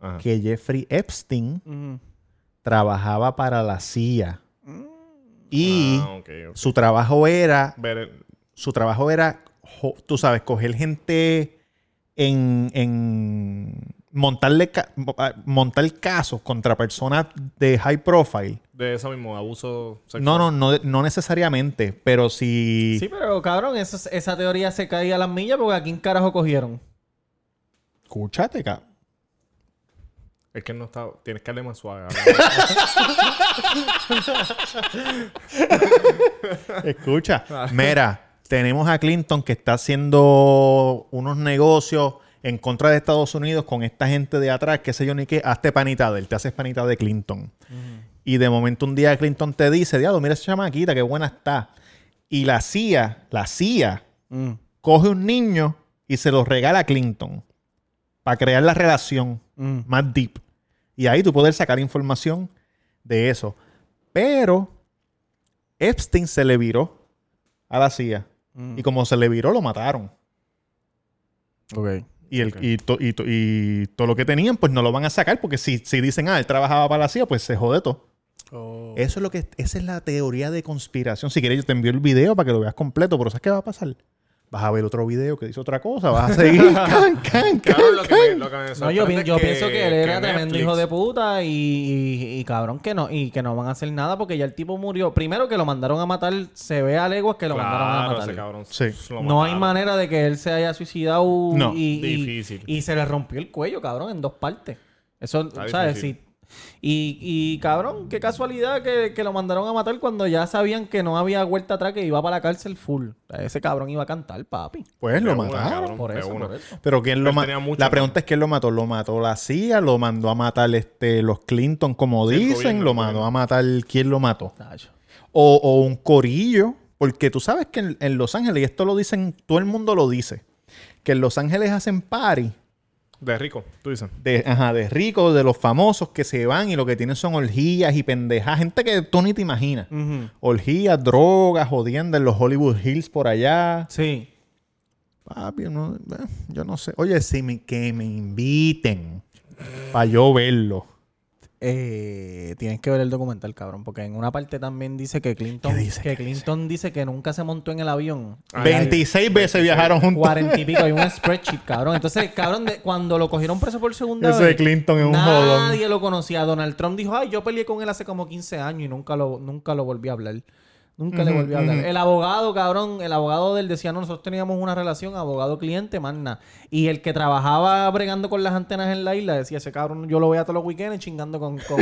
Ajá. que Jeffrey Epstein trabajaba para la CIA. Y Ah, ok, ok. su trabajo era Ver el- su trabajo era, jo- tú sabes, coger gente en, en montarle ca- mo- ah, montar casos contra personas de high profile. de eso mismo, abuso sexual. No, no, no, no necesariamente, pero si... Sí, pero cabrón, eso es- esa teoría se cae a las millas porque aquí en carajo cogieron. Escúchate, ca- Es que no está. Tienes que darle más suave. cabrón. Escucha. Mira, tenemos a Clinton que está haciendo unos negocios en contra de Estados Unidos con esta gente de atrás, qué sé yo ni qué. Hazte panita de él, te haces panita de Clinton. Y de momento un día Clinton te dice, diablo, mira esa chamaquita, qué buena está. Y la CIA, la CIA, Mm, coge un niño y se lo regala a Clinton para crear la relación mm, más deep. Y ahí tú puedes sacar información de eso. Pero Epstein se le viró a la CIA. Y como se le viró, lo mataron. Ok. Y, el, y, to- y to- y todo lo que tenían, pues no lo van a sacar. Porque si, si dicen, ah, él trabajaba para la CIA, pues se jode todo. oh. Eso es lo que. Esa es la teoría de conspiración. Si quieres, yo te envío el video para que lo veas completo. Pero ¿sabes qué va a pasar? Vas a ver otro video que dice otra cosa. Vas a seguir. can, can, can, Cabrón, lo que me, can. lo que me No, yo, sorprende pi- es yo pienso que él era que tremendo Netflix- hijo de puta y, y- y cabrón que no y que no van a hacer nada porque ya el tipo murió. Primero que lo mandaron a matar, se ve a leguas que lo mandaron a Claro, matar. ese cabrón. Sí. lo No hay mataron. manera de que él se haya suicidado No, y, y- difícil. y se le rompió el cuello, cabrón, en dos partes. Eso, Está ¿sabes? difícil. Sí. Y, y, cabrón, qué casualidad que, que lo mandaron a matar cuando ya sabían que no había vuelta atrás, que iba para la cárcel full. O sea, Ese cabrón iba a cantar, papi. Pues De lo una, mataron. cabrón, Por de eso, una. por eso. Pero quién lo Él mató. tenía mucho, La ¿no? pregunta es quién lo mató. ¿Lo mató la CIA? ¿Lo mandó a matar este, los Clinton, como Sí, el dicen? gobierno, ¿Lo el mandó gobierno. a matar quién lo mató? Nacho. O, o un corillo. Porque tú sabes que en, en Los Ángeles, y esto lo dicen, todo el mundo lo dice, que en Los Ángeles hacen party De rico, tú dices. de, ajá, de ricos, de los famosos que se van y lo que tienen son orgías y pendejas. Gente que tú ni te imaginas. Mm. Orgías, drogas, jodiendo en los Hollywood Hills por allá. Sí. Papi, no, eh, yo no sé. Oye, si me, que me inviten para yo verlo. Eh, tienes que ver el documental, cabrón, porque en una parte también dice que Clinton ¿Qué dice? que Clinton dice? que nunca se montó en el avión. Ay, 26 veces viajaron juntos. Cuarenta y pico, hay un spreadsheet, cabrón. Entonces, cabrón, de- cuando lo cogieron preso por segunda Ese vez, Clinton es un nadie jodón. lo conocía. Donald Trump dijo, ay, yo peleé con él hace como 15 años y nunca lo, nunca lo volví a hablar. Nunca le Ujú, volví a hablar. ujú. El abogado, cabrón, el abogado del decía, no, nosotros teníamos una relación abogado-cliente, manna. Y el que trabajaba bregando con las antenas en la isla decía, ese cabrón, yo lo voy a todos los weekends chingando con, con,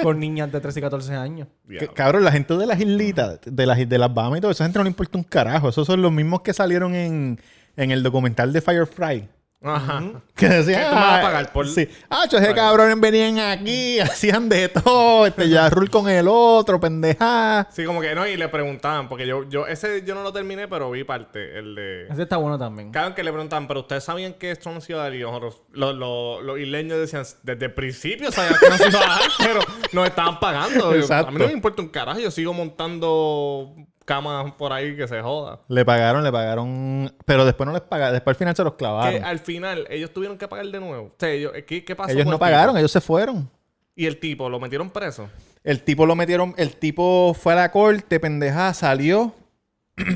con niñas de 13 y 14 años. Que- cabrón, la gente de las islitas, de las, de las Bahamas y todo, esa gente no le importa un carajo. Esos son los mismos que salieron en, en el documental de Firefly. Ajá. Que decían, Que tú me vas a "Ah, pagar por- Sí. Ah, chos, esos cabrones venían aquí, hacían de todo, este ya rul con el otro, pendeja. Sí, como que no, y le preguntaban, porque yo, yo, ese yo no lo terminé, pero vi parte, el de... Ese está bueno también. Claro que le preguntaban, pero ustedes sabían que esto no se iba a dar. Y nosotros, los, los, los isleños decían, desde el principio sabían que no se iba a dar, pero nos estaban pagando. Yo, a Exacto. mí no me importa un carajo, yo sigo montando camas por ahí que se joda. Le pagaron, le pagaron, pero después no les pagaron, después al final se los Que clavaron. al final ellos tuvieron que pagar de nuevo. O sea, ellos, ¿qué, qué pasó? Ellos con no el tipo? pagaron, ellos se fueron. Y el tipo, lo metieron preso. El tipo lo metieron, el tipo fue a la corte, pendeja, salió.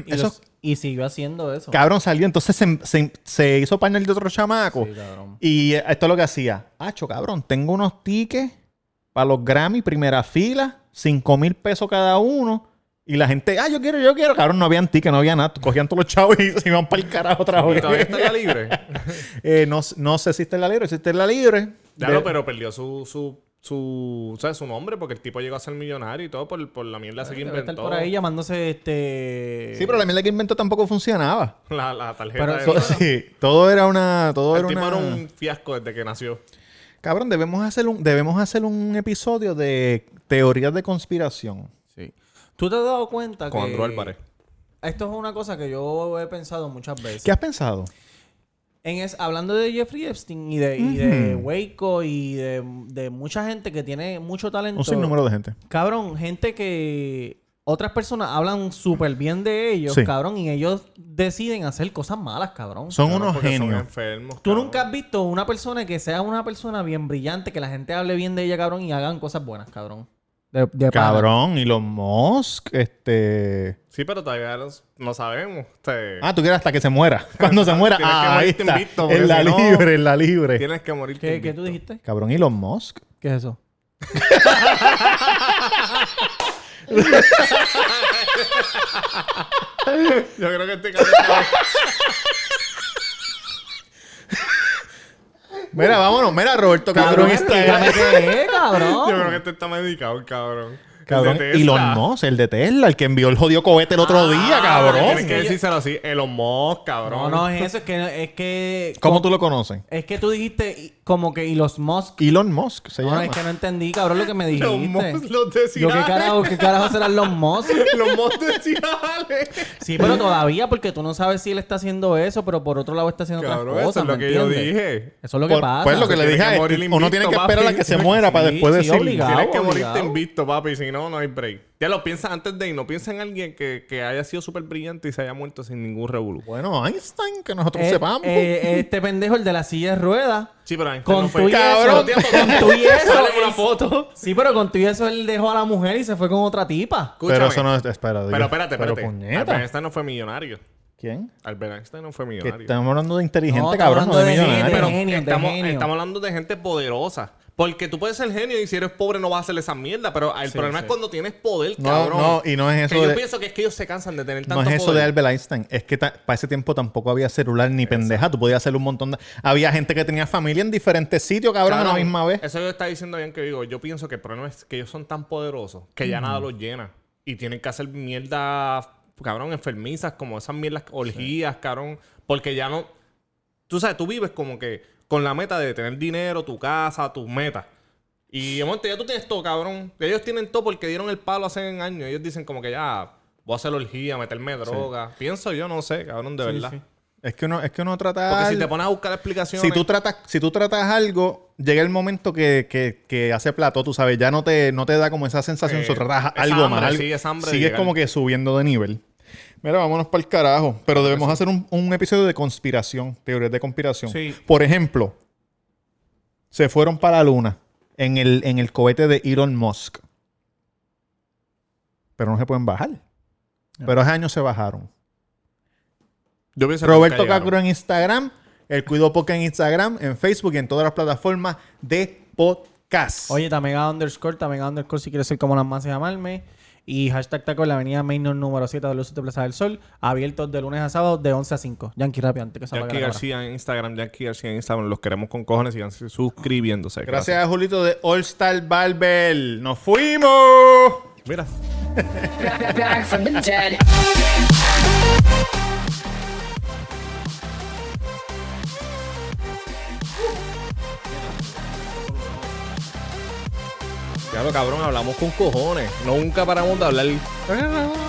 Y, eso- los- y siguió haciendo eso. Cabrón salió, entonces se, se- se hizo panel de otro chamaco. Sí, cabrón. Y eh, esto es lo que hacía. Hacho, cabrón, tengo unos tickets para los Grammy, primera fila, 5 mil pesos cada uno. Y la gente, ah, yo quiero, yo quiero. Cabrón, no habían tickets, no había nada. Cogían todos los chavos y se iban para el carajo otra Y vez. todavía está libre. Eh, no, no sé si está en la libre, si está en la libre. Ya lo, De- pero perdió su, su, su, o sea, su nombre porque el tipo llegó a ser millonario y todo por, por la mierda esa que Debe estar inventó. por ahí llamándose este... Sí, pero la mierda que inventó tampoco funcionaba. La, la tarjeta Pero de- So- sí, todo era una... Todo El era tipo una... era un fiasco desde que nació. Cabrón, debemos hacer un, debemos hacer un episodio de teorías de conspiración. Sí. ¿Tú te has dado cuenta Con que... Andrew Álvarez. Esto es una cosa que yo he pensado muchas veces. ¿Qué has pensado? En es, hablando de Jeffrey Epstein y de, y de Waco y de, de mucha gente que tiene mucho talento. Un sinnúmero de gente. Cabrón, gente que otras personas hablan súper bien de ellos, Sí. cabrón, y ellos deciden hacer cosas malas, cabrón. Son Claro, unos porque son genios. enfermos. Tú cabrón. nunca has visto una persona que sea una persona bien brillante, que la gente hable bien de ella, cabrón, y hagan cosas buenas, cabrón. De, de pana. Cabrón, Elon Musk, este... Sí, pero todavía no, no sabemos. O sea, Ah, tú quieres hasta que se muera. Cuando se muera, Tienes ah, que ahí morirte está. invicto, porque en la si no- libre, en la libre. Tienes que morir. ¿Qué, qué tú dijiste? Cabrón, Elon Musk. ¿Qué es eso? Yo creo que este cabrón... Mira, vámonos. Mira, Roberto, cabrón, este explícame está... qué es, cabrón. Yo creo que este está medicado, el cabrón. Cabrón, El de Tesla. Elon Musk, el de Tesla, el que envió el jodido cohete el otro día, Tienes que cabrón. decírselo así. Elon Musk, No, cabrón. no, es eso, es que... Es que ¿Cómo tú lo conoces? Es que tú dijiste y- como que y los Musk. Elon Musk Ah, se No, llama. es que no entendí, cabrón, lo que me dijiste. Elon Musk, los decía. Yo, ¿qué carajo, ¿qué carajo serán los Musk? Los Musk decía. Sí, pero todavía, porque tú no sabes si él está haciendo eso, pero por otro lado está haciendo Cabrón, otras eso cosas, es lo ¿me que yo entiendes? dije. Eso es lo que Por- pasa. Pues lo que le Tiene dije que a morir este, uno invicto, tiene que esperar a papi. que se muera para Sí, después sí, decir. obligado. Tienes que obligado. morirte invicto, papi. Si no, no hay break. Ya lo piensa antes de ir. No piensa en alguien que, que haya sido súper brillante y se haya muerto sin ningún revolú. Bueno, Einstein, que nosotros Eh, sepamos. eh, este pendejo, el de la silla de ruedas. Sí, pero Einstein Con no tu fue. y eso. Cabrón, Con tu y eso. Sale una foto. Sí, pero con tu y eso él dejó a la mujer y se fue con otra tipa. pero Escúchame. eso no es. Espera, Dios. Pero espérate, Pero espérate. Albert puñeta. Einstein no fue millonario. ¿Quién? Albert Einstein no fue Que millonario. estamos hablando de inteligente, No, estamos cabrón, no de hablando de millonario. Ah, Pero De genio, de estamos, genio. estamos hablando de gente poderosa. Porque tú puedes ser genio y si eres pobre no vas a hacer esa mierda. Pero el problema es cuando tienes poder, No, cabrón. no, y no es eso Que yo de- pienso que es que ellos se cansan de tener tanto No es poder. eso de Albert Einstein, es que ta- para ese tiempo tampoco había celular ni pendeja, tú podías hacer un montón de... Había gente que tenía familia en diferentes sitios, cabrón, a la Cabrón, misma vez. Eso yo está diciendo bien que digo. Yo pienso que el problema es que ellos son tan poderosos que ya nada los llena. Y tienen que hacer mierda, cabrón, enfermizas, como esas mierdas, orgías, cabrón. Porque ya no. Tú sabes, tú vives como que con la meta de tener dinero, tu casa, tus metas. Y de momento ya tú tienes todo, cabrón. Ellos tienen todo porque dieron el palo hace años. Ellos dicen como que ya voy a hacer orgía, meterme droga. Pienso yo, no sé, cabrón, de verdad. Es que uno, es que uno trata. Porque si al- te pones a buscar explicaciones... Ah, si tú tratas, si tú tratas algo, llega el momento que, que- que hace plato, tú sabes, ya no te, no te da como esa sensación, Eh, si tratas esa algo hambre, más. algo- sí, esa hambre de sigues llegar. como que subiendo de nivel. Mira, vámonos para el carajo. Pero debemos hacer un, un episodio de conspiración, teorías de conspiración. Sí. Por ejemplo, se fueron para la luna en el, en el cohete de Elon Musk. Pero no se pueden bajar. Pero hace años se bajaron. Yo pienso que Roberto nunca llegaron. Cacro en Instagram, el Cuido Podcast en Instagram, en Facebook y en todas las plataformas de podcast. Oye, Tamega underscore, Tamega underscore si quieres ser como las más y llamarme. Y hashtag taco en la avenida Mainor número 7 de Luces de Plaza del Sol. Abiertos de lunes a sábado de 11 a 5. Yankee Rapid, antes que se apague Jackie la cámara. García en Instagram, Jackie García en Instagram. Los queremos con cojones. Sigan suscribiéndose. Gracias a Julito de All Star Barbell. ¡Nos fuimos! Mira. back, back from the dead. Claro, cabrón, hablamos con cojones. Nunca paramos de hablar.